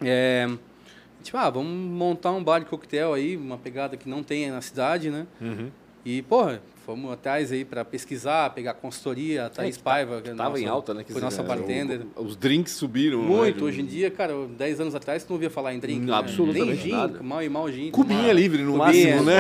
Speaker 3: É, a gente, ah, vamos montar um bar de coquetel aí, uma pegada que não tem na cidade, né?
Speaker 1: Uhum.
Speaker 3: E, porra, fomos atrás aí para pesquisar, pegar consultoria, a Thaís Paiva. que é
Speaker 1: Tava em
Speaker 3: nossa-
Speaker 1: alta, né? tá- que
Speaker 3: Foi
Speaker 1: se-
Speaker 3: nossa
Speaker 1: é,
Speaker 3: bartender.
Speaker 1: o- Os drinks subiram.
Speaker 3: Muito,
Speaker 1: né?
Speaker 3: hoje em dia, cara, 10 anos atrás tu não ouvia falar em drink.
Speaker 1: Não,
Speaker 3: né?
Speaker 1: absolutamente
Speaker 3: Nem gin,
Speaker 1: nada.
Speaker 3: mal e mal gin.
Speaker 1: Cubinha
Speaker 3: tomar.
Speaker 1: livre, no máximo,
Speaker 3: Cubinha,
Speaker 1: né?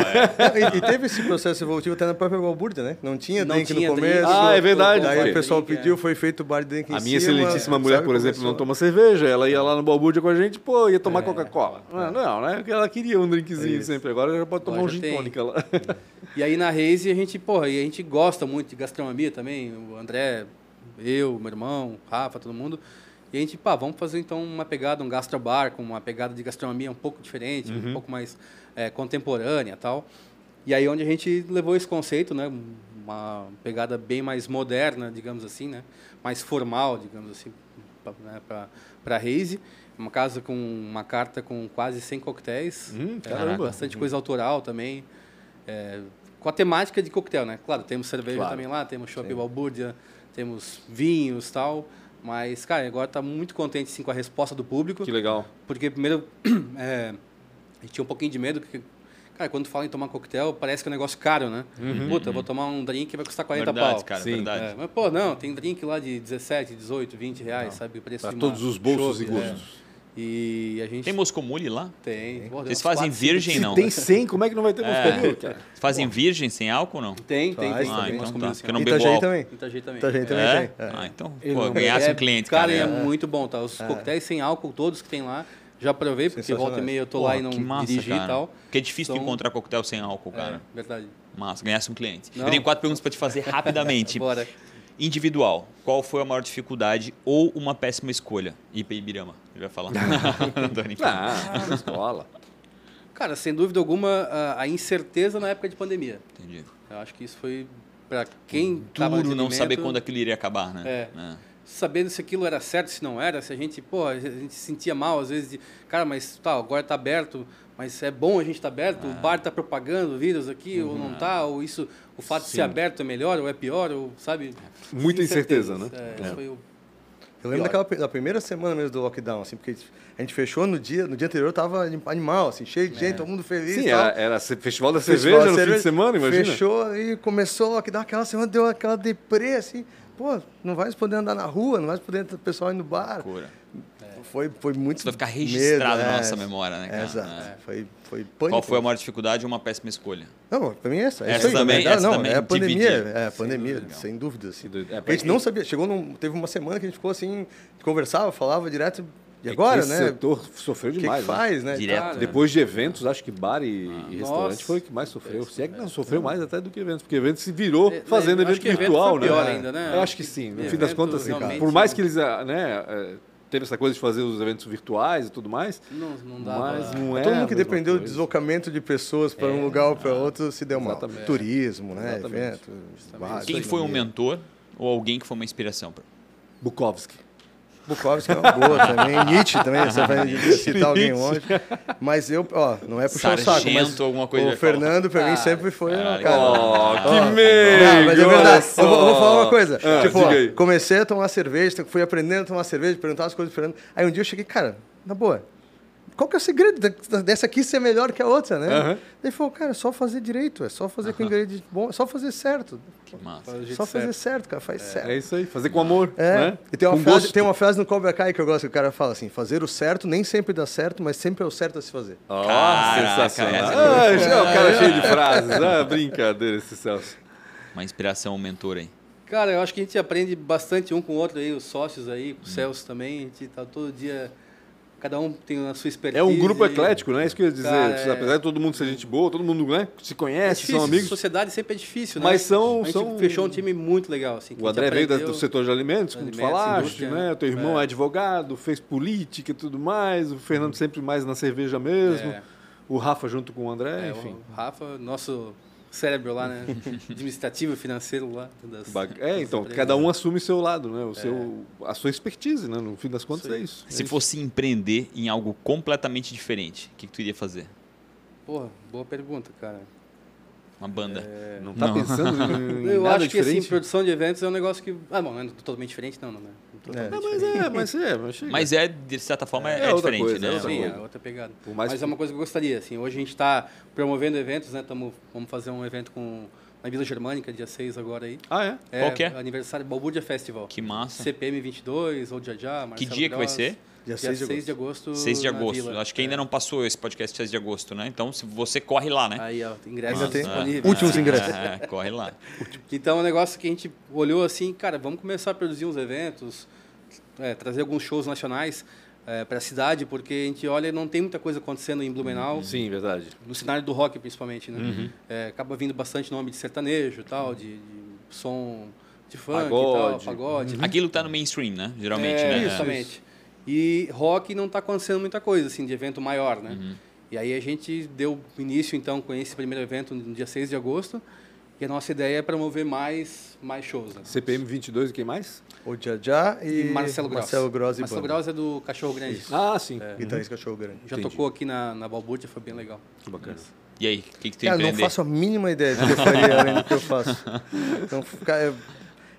Speaker 5: E, e teve esse processo evolutivo até na própria Balbúrdia, né? Não tinha
Speaker 3: Não
Speaker 5: drink
Speaker 3: tinha
Speaker 5: no
Speaker 3: drink. né?
Speaker 5: começo.
Speaker 1: Ah, é verdade,
Speaker 5: Daí
Speaker 1: foi.
Speaker 5: o pessoal
Speaker 3: Drink, é.
Speaker 5: pediu, foi feito o bar de drink em
Speaker 1: A minha
Speaker 5: cima,
Speaker 1: excelentíssima mulher,
Speaker 5: sabe, é
Speaker 1: por exemplo, não
Speaker 5: começou.
Speaker 1: toma cerveja. Ela ia lá no balbúrdia com a gente, pô, ia tomar Coca-Cola. Ah, não, né? Porque ela queria um drinkzinho sempre. Agora já pode tomar
Speaker 3: Agora
Speaker 1: um
Speaker 3: já
Speaker 1: gin
Speaker 3: tem.
Speaker 1: tônica lá.
Speaker 3: E aí na Reise a gente, porra, e a gente gosta muito de gastronomia também, o André, eu, meu irmão, Rafa, todo mundo. E a gente, pá, vamos fazer então uma pegada, um gastrobar, com uma pegada de gastronomia um pouco diferente, um pouco mais eh, contemporânea e tal. E aí onde a gente levou esse conceito, né? Uma pegada bem mais moderna, digamos assim, né? Mais formal, digamos assim, para né? pra- pra Reise. Uma casa com uma carta com quase 100 coquetéis.
Speaker 1: Hum,
Speaker 3: É,
Speaker 1: caramba.
Speaker 3: bastante coisa autoral também. É, com a temática de coquetel, né? Claro, temos cerveja
Speaker 1: Claro.
Speaker 3: também lá, temos chopp balbúrdia, temos vinhos tal. Mas, cara, agora tá muito contente sim, com a resposta do público.
Speaker 1: Que legal.
Speaker 3: Porque primeiro é, a gente tinha um pouquinho de medo que cara, quando fala em tomar coquetel, parece que é um negócio caro, né?
Speaker 1: Uhum.
Speaker 3: Puta, eu vou tomar um drink e vai custar 40
Speaker 2: verdade,
Speaker 3: pau.
Speaker 2: cara,
Speaker 1: Sim.
Speaker 2: verdade.
Speaker 3: É, mas pô, não, tem drink lá de 17, 18, 20 reais, sabe? O preço
Speaker 1: Pra
Speaker 3: de uma
Speaker 1: todos os bolsos e
Speaker 3: chope, é.
Speaker 1: gostos.
Speaker 3: E a gente
Speaker 2: Tem Moscou Mule lá?
Speaker 3: tem. Pô, tem
Speaker 2: Vocês
Speaker 3: umas
Speaker 2: fazem
Speaker 3: quatro, cinco
Speaker 2: virgem,
Speaker 1: Se
Speaker 2: não?
Speaker 3: né?
Speaker 1: tem 100, como é que não vai ter moscadinho, cara?
Speaker 2: Vocês Fazem virgem sem álcool, não?
Speaker 3: Tem, tem,
Speaker 5: Faz
Speaker 2: Ah,
Speaker 3: tem.
Speaker 5: também.
Speaker 3: Nós
Speaker 2: então tá.
Speaker 3: comemos
Speaker 2: Porque eu não
Speaker 5: E
Speaker 2: bebo
Speaker 5: Itajaí
Speaker 2: álcool.
Speaker 5: também.
Speaker 3: Itajaí também.
Speaker 5: Itajaí também
Speaker 2: É?
Speaker 5: tem. é.
Speaker 2: Ah, então,
Speaker 1: Ele
Speaker 2: pô,
Speaker 1: não-
Speaker 2: ganhasse
Speaker 3: É,
Speaker 2: um cliente,
Speaker 3: cara.
Speaker 2: cara.
Speaker 3: é muito bom, tá? Os coquetéis sem álcool, todos que tem lá, já provei, porque volta e
Speaker 5: Sensacionais.
Speaker 3: meia eu tô
Speaker 2: Porra,
Speaker 3: lá e não
Speaker 2: que massa,
Speaker 3: dirigi
Speaker 2: cara.
Speaker 3: e tal.
Speaker 2: Porque é difícil tu
Speaker 3: Então,
Speaker 2: encontrar coquetel sem álcool, cara.
Speaker 3: É, verdade.
Speaker 2: Massa, ganhasse um cliente. Eu
Speaker 3: Não.
Speaker 2: tenho quatro perguntas pra te fazer rapidamente.
Speaker 3: Bora.
Speaker 2: Individual, qual foi a maior dificuldade ou uma péssima escolha? IP Ibirama, ele vai falar. não tô brincando.
Speaker 1: Ah, escola.
Speaker 3: Cara, sem dúvida alguma, a, a incerteza na época de pandemia.
Speaker 2: Entendi.
Speaker 3: Eu acho que isso foi pra quem
Speaker 1: Tá
Speaker 3: tava no
Speaker 2: Duro não
Speaker 3: segmento,
Speaker 2: saber quando é aquilo iria acabar, né?
Speaker 3: É. Sabendo se aquilo era certo, se não era, se a gente, pô, a gente se sentia mal às vezes de, cara, mas tá, agora tá aberto, mas é bom a gente tá aberto, o bar tá propagando o vírus aqui, ou
Speaker 1: Uhum.
Speaker 3: não tá, ou isso, o fato de ser aberto é melhor, ou é pior, ou sabe?
Speaker 1: É, Muita incerteza,
Speaker 3: Incertezas,
Speaker 1: né?
Speaker 3: É, isso foi o
Speaker 5: Eu lembro daquela, da primeira semana mesmo do lockdown, assim, porque a gente fechou no dia, no dia anterior tava animal, assim, cheio de
Speaker 2: É.
Speaker 5: gente, todo mundo feliz
Speaker 1: Sim,
Speaker 5: e tal.
Speaker 1: era, era ce- festival da cerveja
Speaker 5: Festival
Speaker 1: no
Speaker 5: da
Speaker 1: fim de semana, imagina.
Speaker 5: Fechou e começou a dar aquela semana, deu aquela deprê, assim. Pô, não vai mais poder andar na rua, não vai mais poder ter o pessoal indo no bar.
Speaker 2: Loucura.
Speaker 5: Foi, foi muito.
Speaker 2: Isso vai ficar registrado
Speaker 5: medo,
Speaker 2: na
Speaker 5: é.
Speaker 2: nossa memória, né,
Speaker 5: É,
Speaker 2: cara?
Speaker 5: exato.
Speaker 2: É.
Speaker 5: Foi, foi pânico.
Speaker 2: Qual foi a maior dificuldade ou uma péssima escolha?
Speaker 5: Não, pra mim é essa. É
Speaker 2: Essa
Speaker 5: isso aí, na
Speaker 2: também-
Speaker 5: verdade,
Speaker 2: essa
Speaker 5: não,
Speaker 2: também
Speaker 5: é a pandemia.
Speaker 2: dividir.
Speaker 5: É a pandemia,
Speaker 2: dúvida.
Speaker 5: sem dúvida. Assim.
Speaker 1: Sem dúvida. É,
Speaker 5: Porque a gente não sabia. Chegou num, teve uma semana que a gente ficou assim, conversava, falava direto. E agora,
Speaker 1: Esse
Speaker 5: né?
Speaker 1: setor sofreu
Speaker 5: o que,
Speaker 1: é demais.
Speaker 5: que
Speaker 1: né?
Speaker 5: faz, né?
Speaker 2: Direto.
Speaker 5: Cara,
Speaker 1: Depois de eventos, acho que bar e, e
Speaker 3: Ah.
Speaker 1: restaurante
Speaker 3: Nossa.
Speaker 1: foi o que mais sofreu. Se é que não sofreu mais até do que eventos, porque eventos se virou
Speaker 3: É,
Speaker 1: fazendo
Speaker 3: é, acho
Speaker 1: evento
Speaker 3: que evento
Speaker 1: virtual,
Speaker 3: foi pior
Speaker 1: né?
Speaker 3: ainda, né?
Speaker 1: Eu acho que sim. No
Speaker 3: Evento
Speaker 1: fim das contas, sim.
Speaker 3: realmente- é
Speaker 1: Por mais que eles ah, né, eh, teve essa coisa de fazer os eventos virtuais e tudo mais,
Speaker 3: Não, não dá
Speaker 1: mas
Speaker 3: pra-
Speaker 1: não é.
Speaker 5: Tá Todo
Speaker 1: a
Speaker 5: mundo que
Speaker 1: mesma
Speaker 5: dependeu do
Speaker 1: coisa. É,
Speaker 5: deslocamento de pessoas para um lugar ou para outro se deu mal.
Speaker 1: Exatamente.
Speaker 5: Turismo, né?
Speaker 1: Exatamente.
Speaker 5: Evento. bar,
Speaker 2: Quem foi um mentor ou alguém que foi uma inspiração? pra-
Speaker 1: Bukowski.
Speaker 5: Bukowski é uma boa também. Nietzsche também, você vai citar alguém longe. Mas eu, ó, não é puxar o saco, mas
Speaker 2: Sargento, alguma coisa
Speaker 5: o
Speaker 2: ele fala.
Speaker 5: Fernando pra mim
Speaker 3: Ah,
Speaker 5: sempre foi, ó,
Speaker 2: cara.
Speaker 5: cara.
Speaker 1: Oh,
Speaker 5: Ó,
Speaker 1: que meio!
Speaker 5: Não, mas é
Speaker 1: olha
Speaker 5: verdade.
Speaker 1: só.
Speaker 5: Eu vou, eu vou falar uma coisa.
Speaker 1: Ah,
Speaker 5: tipo,
Speaker 1: diga
Speaker 5: ó,
Speaker 1: aí.
Speaker 5: comecei a tomar cerveja, fui aprendendo a tomar cerveja, perguntar as coisas pro Fernando. Aí um dia eu cheguei, cara, na boa, qual que é o segredo da- dessa aqui ser melhor que a outra, né?
Speaker 1: Aham.
Speaker 5: Daí Ele falou, cara, é só fazer direito, é só fazer com ingrediente bom, é só fazer certo.
Speaker 2: Que massa.
Speaker 3: Faz do jeito
Speaker 5: Só fazer
Speaker 3: certo.
Speaker 5: certo, cara, faz certo.
Speaker 1: É isso aí, fazer com amor.
Speaker 5: É.
Speaker 1: Né?
Speaker 5: E tem uma,
Speaker 1: Com
Speaker 5: frase,
Speaker 1: gosto.
Speaker 5: tem uma frase no Cobra Kai que eu gosto, que o cara fala assim: fazer o certo nem sempre dá certo, mas sempre é o certo a se fazer.
Speaker 1: Ó,
Speaker 2: Caraca,
Speaker 1: Ah, sensacional. Ah,
Speaker 2: essa-
Speaker 1: é o cara cheio de frases. Ah, brincadeira esse Celso.
Speaker 2: Uma inspiração, um mentor aí.
Speaker 3: Cara, eu acho que a gente aprende bastante um com o outro aí, os sócios aí,
Speaker 1: Hum.
Speaker 3: com o Celso também. A gente tá todo dia. Cada um tem a sua expertise.
Speaker 1: É um grupo
Speaker 3: e-
Speaker 1: eclético, né? Isso que eu ia dizer.
Speaker 3: Cara, é-
Speaker 1: Apesar de todo mundo ser gente boa, todo mundo né, se
Speaker 3: É
Speaker 1: conhece,
Speaker 3: difícil,
Speaker 1: são amigos.
Speaker 3: sociedade sempre é difícil, né?
Speaker 1: Mas são-
Speaker 3: A gente
Speaker 1: são-
Speaker 3: fechou um time muito legal, assim. que
Speaker 1: O
Speaker 3: a gente
Speaker 1: André veio da-
Speaker 3: aprendeu.
Speaker 1: do setor de alimentos, como tu
Speaker 3: Alimentos,
Speaker 1: falaste,
Speaker 3: indústria,
Speaker 1: né?
Speaker 3: né?
Speaker 1: O teu irmão é. advogado, fez política e tudo mais. O Fernando sempre mais na cerveja mesmo.
Speaker 3: É.
Speaker 1: O Rafa junto com o André,
Speaker 3: É,
Speaker 1: enfim.
Speaker 3: O Rafa, nosso cérebro lá, né? Administrativo, financeiro lá. das-
Speaker 1: Ba- É,
Speaker 3: das
Speaker 1: então,
Speaker 3: empresas.
Speaker 1: cada um assume seu lado, né? O seu, a sua expertise, né? No fim das contas,
Speaker 3: É. Isso
Speaker 1: é
Speaker 3: aí.
Speaker 1: isso.
Speaker 2: Se fosse empreender em algo completamente diferente, o que, que tu iria fazer?
Speaker 3: Porra, boa pergunta, cara.
Speaker 2: Uma banda.
Speaker 1: Não tá pensando em
Speaker 3: É. Eu
Speaker 1: nada
Speaker 3: acho que,
Speaker 1: diferente?
Speaker 3: assim, produção de eventos é um negócio que... Ah, bom, não é totalmente diferente, não, não né?
Speaker 5: É.
Speaker 1: É, mas é, mas é, mas chega.
Speaker 2: Mas é, de certa forma, é,
Speaker 1: É outra
Speaker 2: diferente,
Speaker 1: coisa, é
Speaker 2: né?
Speaker 1: outra
Speaker 3: Sim,
Speaker 1: coisa.
Speaker 3: é outra pegada.
Speaker 1: Por mais
Speaker 3: Mas
Speaker 1: que-
Speaker 3: é uma coisa que eu gostaria, assim. Hoje a gente está promovendo eventos, né? Tamo, vamos fazer um evento com, na Vila Germânica, dia 6 agora aí.
Speaker 1: Ah, é?
Speaker 2: Qual que é?
Speaker 3: Aniversário Balbúrdia Festival.
Speaker 2: Que massa.
Speaker 3: CPM 22, ou Jajá, Marcelo
Speaker 2: Que dia que vai
Speaker 3: Gross.
Speaker 2: ser?
Speaker 5: Dia
Speaker 3: Dia,
Speaker 5: 6
Speaker 3: 6
Speaker 5: de
Speaker 3: de agosto.
Speaker 2: 6 de
Speaker 3: na
Speaker 2: agosto.
Speaker 3: Vila.
Speaker 2: Acho
Speaker 5: É.
Speaker 2: que ainda não passou esse podcast 6 de agosto, né? Então, se você corre lá, né?
Speaker 3: Aí, ó, ingressos
Speaker 5: Ainda tem? assim.
Speaker 3: disponíveis.
Speaker 5: Últimos
Speaker 3: Ah,
Speaker 5: ingressos.
Speaker 2: É, corre lá.
Speaker 3: Então é um negócio que a gente olhou assim, cara, vamos começar a produzir uns eventos, é, trazer alguns shows nacionais para a cidade, porque a gente olha não tem muita coisa acontecendo em Blumenau,
Speaker 5: Uhum.
Speaker 1: Sim, verdade.
Speaker 3: no cenário do rock principalmente, né? É, acaba vindo bastante nome de sertanejo, e tal, de, de som de funk, e tal,
Speaker 1: Pagode.
Speaker 5: Uhum.
Speaker 3: pagode.
Speaker 2: Aquilo que tá no mainstream, né? Geralmente,
Speaker 3: É,
Speaker 2: né?
Speaker 3: Justamente. E rock não está acontecendo muita coisa, assim, de evento maior, né?
Speaker 2: Uhum.
Speaker 3: E aí a gente deu início, então, com esse primeiro evento no dia 6 de agosto. E a nossa ideia é promover mais, mais shows, né?
Speaker 1: CPM 22 e quem mais?
Speaker 5: O Jajá e,
Speaker 3: E Marcelo Gross.
Speaker 5: Marcelo Gross e
Speaker 3: Marcelo
Speaker 5: banda. então é
Speaker 3: Gross é do Cachorro Grande.
Speaker 1: Ah, sim.
Speaker 5: Guitarrista Cachorro Grande.
Speaker 3: Já
Speaker 1: Entendi.
Speaker 3: tocou aqui na, na Balbúrdia, foi bem legal.
Speaker 1: Que bacana.
Speaker 2: E aí, o que, que tu ia
Speaker 5: Cara, não
Speaker 2: empreender?
Speaker 5: faço a mínima ideia do que eu faria além do que eu faço. Então, cara, eu-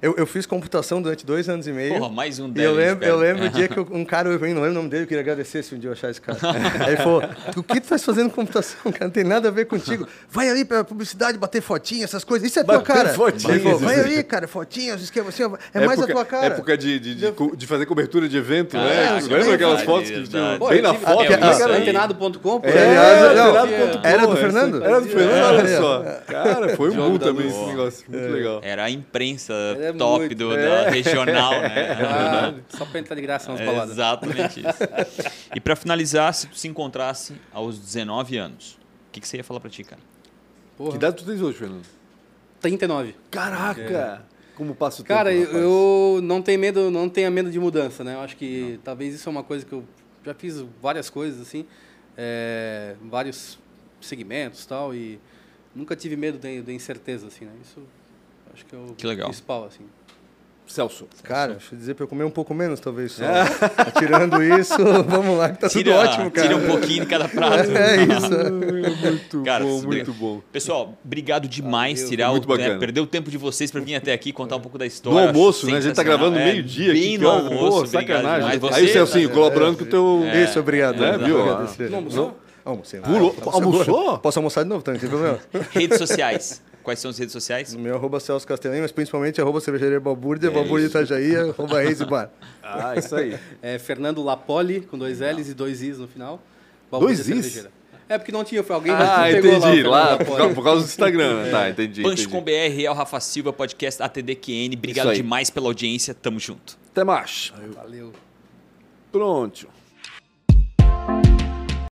Speaker 5: eu, eu fiz computação durante dois anos e meio.
Speaker 2: Porra, mais um
Speaker 5: E
Speaker 2: dela.
Speaker 5: eu lembro, eu
Speaker 2: espero.
Speaker 5: lembro o dia que eu- um cara, eu não lembro o nome dele, eu queria agradecer se um dia eu achar esse cara. Aí ele falou, o que tu faz fazendo computação, cara? Não tem nada a ver contigo. Vai ali pra publicidade, bater fotinha, essas coisas. Isso é tua
Speaker 1: Bater
Speaker 5: cara.
Speaker 1: fotinha.
Speaker 5: Ele falou, vai ali, cara, fotinha, os esquemas assim, ó, é mais a
Speaker 1: Época-
Speaker 5: tua cara.
Speaker 1: Época de, de, de, co- de fazer cobertura de evento,
Speaker 2: Caraca,
Speaker 1: né? Lembra aquelas
Speaker 2: verdade,
Speaker 1: fotos que tinham
Speaker 2: verdade.
Speaker 3: Pô,
Speaker 1: bem
Speaker 3: eu
Speaker 1: na
Speaker 3: tive-
Speaker 1: foto?
Speaker 2: até
Speaker 1: né,
Speaker 2: isso
Speaker 1: cara?
Speaker 2: aí.
Speaker 3: Antenado.com, pô.
Speaker 1: É,
Speaker 5: Aliás,
Speaker 1: era,
Speaker 5: não,
Speaker 1: era do ponto com,
Speaker 5: era do
Speaker 1: essa
Speaker 5: Fernando?
Speaker 1: coisa. Era do Fernando, olha
Speaker 5: É.
Speaker 1: só. Cara, foi um
Speaker 3: Jogo
Speaker 1: boom
Speaker 3: da
Speaker 1: também
Speaker 2: luz.
Speaker 1: esse negócio. Muito legal.
Speaker 2: Era a imprensa
Speaker 3: Era
Speaker 2: top
Speaker 3: muito,
Speaker 2: do,
Speaker 1: é.
Speaker 2: da regional, né?
Speaker 3: Ah, só pra entrar de graça
Speaker 2: É,
Speaker 3: nas
Speaker 5: né?
Speaker 3: baladas.
Speaker 2: Exatamente isso. E pra finalizar, se tu se encontrasse aos 19 anos, o que, que você ia falar pra ti, cara?
Speaker 1: Que
Speaker 3: Porra,
Speaker 1: idade tu tens hoje, Fernando?
Speaker 3: 39.
Speaker 1: Caraca! Como passa o tempo,
Speaker 3: Cara,
Speaker 1: rapaz.
Speaker 3: eu não tenho medo, não tenho medo de mudança, né? Eu acho que talvez isso é uma coisa que eu já fiz várias coisas assim, é, vários segmentos tal e nunca tive medo de, de incerteza assim, né? Isso acho que é o
Speaker 2: Que legal.
Speaker 3: principal assim.
Speaker 1: Celso.
Speaker 5: Cara, deixa eu dizer pra eu comer um pouco menos, talvez, só. Tá Tirando isso, vamos lá, que tá
Speaker 2: Tira,
Speaker 5: tudo ótimo, cara.
Speaker 2: tira um pouquinho de cada prato.
Speaker 5: É isso.
Speaker 1: muito
Speaker 2: Cara,
Speaker 1: bom,
Speaker 2: se-
Speaker 1: muito bom.
Speaker 2: Pessoal, obrigado demais. tirar
Speaker 1: muito
Speaker 2: o, né,
Speaker 1: bacana.
Speaker 2: perder o tempo de vocês pra vir até aqui contar um pouco da
Speaker 1: No
Speaker 2: história.
Speaker 1: almoço, né? A gente tá
Speaker 2: Sensacional.
Speaker 1: gravando
Speaker 2: É,
Speaker 1: meio-dia aqui.
Speaker 2: Bem
Speaker 1: que
Speaker 2: no
Speaker 1: hora-
Speaker 2: almoço,
Speaker 1: Pô,
Speaker 2: obrigado
Speaker 1: sacanagem.
Speaker 2: demais.
Speaker 1: Aí o
Speaker 2: Você-
Speaker 1: Celcinho, colaborando com o teu...
Speaker 5: É. Isso, obrigado.
Speaker 1: Né,
Speaker 5: Eu
Speaker 1: viu?
Speaker 5: agradecer.
Speaker 3: Não almoçou?
Speaker 5: Almocei.
Speaker 1: Pulou.
Speaker 5: Posso-
Speaker 1: Almoçou?
Speaker 5: Posso almoçar de novo, também, não tem tá? problema.
Speaker 2: Redes sociais. Quais são as redes sociais?
Speaker 5: No meu é arroba Celso Castellanin, mas principalmente arroba cervejaria Balbúrdia,
Speaker 2: É
Speaker 5: Balbúrdia
Speaker 2: isso.
Speaker 5: Itajaí, arroba Reis e Bar.
Speaker 1: Ah, isso aí.
Speaker 3: É Fernando Lapoli, com dois L's e dois I's no final.
Speaker 1: Dois
Speaker 3: Balbúrdia
Speaker 1: Is?
Speaker 3: Cervejeira. É porque não tinha, foi alguém
Speaker 1: Ah,
Speaker 3: que pegou
Speaker 1: entendi.
Speaker 3: lá. o
Speaker 1: Lá, um
Speaker 3: Fernando
Speaker 1: por,
Speaker 3: Lapoli.
Speaker 1: causa- por causa do Instagram, né? Tá, entendi.
Speaker 2: Punch
Speaker 1: entendi.
Speaker 2: com BR, El Rafa Silva, podcast ATDQN.
Speaker 1: Isso
Speaker 2: Obrigado
Speaker 1: aí.
Speaker 2: demais pela audiência. Tamo junto.
Speaker 1: Até mais.
Speaker 3: Valeu.
Speaker 1: Pronto.